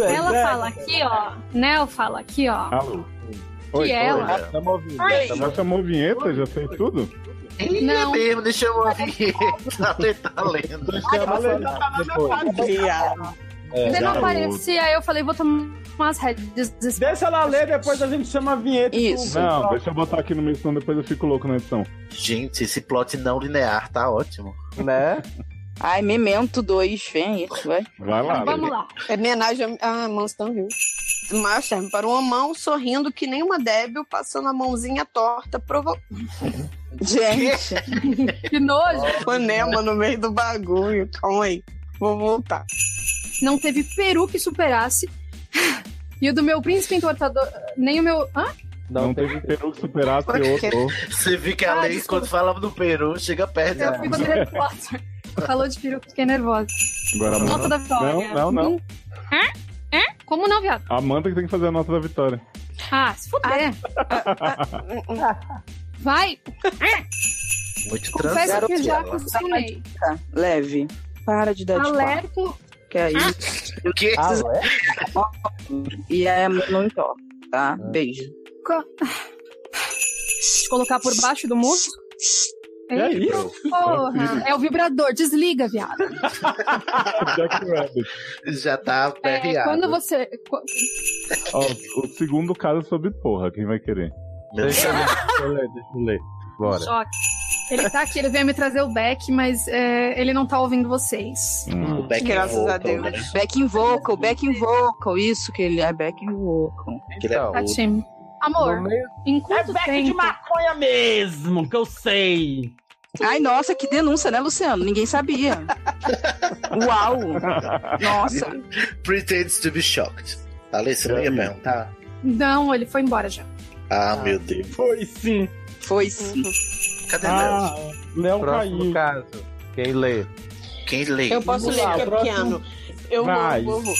É, Ela né? fala aqui, ó. Nel fala aqui, ó. Alô. Oi, oi, Que ela? Léo. Tamo ouvindo. Ai. Já chamou vinheta? Já fez tudo? Ih, Não. é mesmo, deixa eu ouvir. tá lendo. É, Você não garoto. aparecia, eu falei, vou tomar umas rédeas. Deixa ela ler, depois a gente chama a vinheta. Isso. Não, deixa eu botar aqui no meu som, depois eu fico louco na edição. Gente, esse plot não linear tá ótimo. Né? Ai, Memento 2, vem aí, vai. Vai lá. Vamos lá. É homenagem a Manston Hill. Mas serve para uma mão sorrindo que nem uma débil, passando a mãozinha torta, provo... Gente, Que nojo. Panema no meio do bagulho. Calma aí. Vou voltar. Não teve peru que superasse. E o do meu príncipe entortador. Nem o meu. Hã? Não, teve peru que superasse outro. Você viu que a Ah, lei, desculpa. É. quando fala do Peru, chega É. perto. Eu fico nervosa. Falou de peru, fiquei nervosa. Agora, Amanda. Nota da vitória. Não, não, não. Hã? Hã? Como não, viado? Amanda que tem que fazer a nota da vitória. Ah, se fuder. Ah, Vai. Muito Confesso que eu já transante. funcionei. tá, leve. Para tipo, de dar Tá de papo, Alérgico. que aí... O que? Ah, é? E é não entorta, tá? Beijo. co- Colocar por baixo do muro? E aí? Porra, é o vibrador, desliga, viado. Jack Rabbit. Já tá É, quando você. qu- Ó, o segundo caso é sobre porra, quem vai querer? Deixa eu ler, deixa eu ler, deixa eu ler. Bora. Choque. Ele tá aqui, ele veio me trazer o Beck, mas é, ele não tá ouvindo vocês. Hum. O Beck Graças voltou, a Deus. né? Back in vocal, back in vocal, isso que ele é back in vocal. Então, Tá, time. Amor, No meio- enquanto É Beck de maconha mesmo, que eu sei. Ai, nossa, que denúncia, né, Luciano? Ninguém sabia. Uau! Nossa. Pretends to be shocked. Alice, você não ia perguntar? Não, ele foi embora já. Ah, meu Deus. Foi sim. Foi sim. Cadê Ah, Léo Próximo caiu. caso. Quem lê? Quem lê? Eu posso Vamos ler lá, porque é Ah, próximo. pequeno. Eu Vai. vou, vou, vou.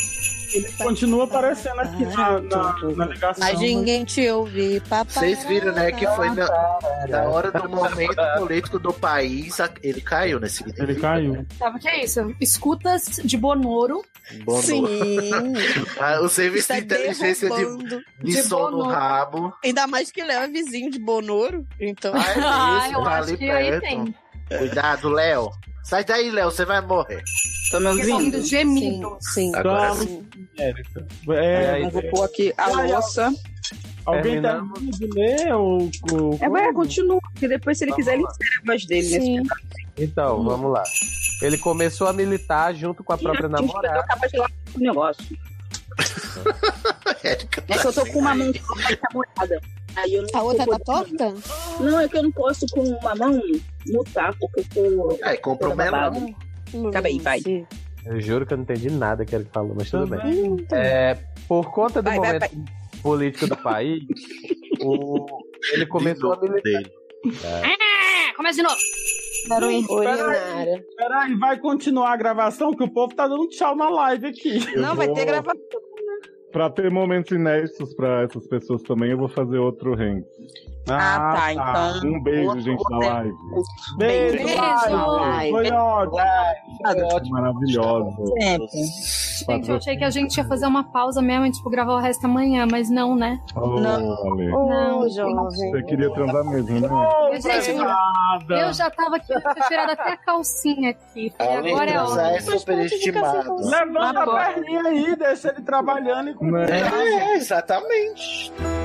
Ele continua aparecendo aqui na, na, na ligação. Mas ninguém te ouvi, papai. Vocês viram, né, que foi na, na hora do momento político do país, a- ele caiu nesse né? Ele caiu. Tava que é isso? Escutas de Bonoro. Bonoro. Sim. Ah, o serviço é de inteligência de, tá derrubando. de, De som no Bonoro. rabo. Ainda mais que Léo é vizinho de Bonoro, então. Ah, é isso, tá ali perto. Cuidado, Léo. Sai daí, Léo, você vai morrer. Tô me Ouvindo gemidos. Sim, Agora Tamo- sim. Érica. É, Eu vou pôr aqui a louça. Alguém tá de ler o. o É, mas continua, porque depois, se ele quiser, ele insere a voz dele né? nesse Sim. pedaço. Então, vamos lá. Ele começou a militar junto com a própria namorada. Eu acabo de lá com o negócio. É que eu tô com uma mão de copa namorada. Aí eu não A outra tô tá torta? podendo- Não, é que eu não posso com uma mão mutar, porque eu tô. Aí compra um melão. Tá bem, Hum, vai. Eu juro que eu não entendi nada que ele falou, mas tudo bem. É, por conta do Vai, vai, momento político do país, o- ele começou a militar. Ah, começa de novo. Peraí, peraí, vai continuar a gravação que o povo tá dando tchau na live aqui. Eu Não, vai vou- ter gravação. Pra ter momentos inéditos pra essas pessoas também, eu vou fazer outro rank. Ah, tá, então. Um beijo, Outro gente, da tempo. live. Beijo, Beijo. live. Foi ótimo. Maravilhosa. Gente, eu achei que a gente ia fazer uma pausa mesmo e, tipo, gravar o resto amanhã, mas não, né? Oh, Ale. Não, Você queria transar mesmo, né? Gente, eu já tava aqui esperada até a calcinha aqui. E Ale, agora é a transar hora. é superestimado. Levanta a perninha aí, deixa ele trabalhando e É, exatamente.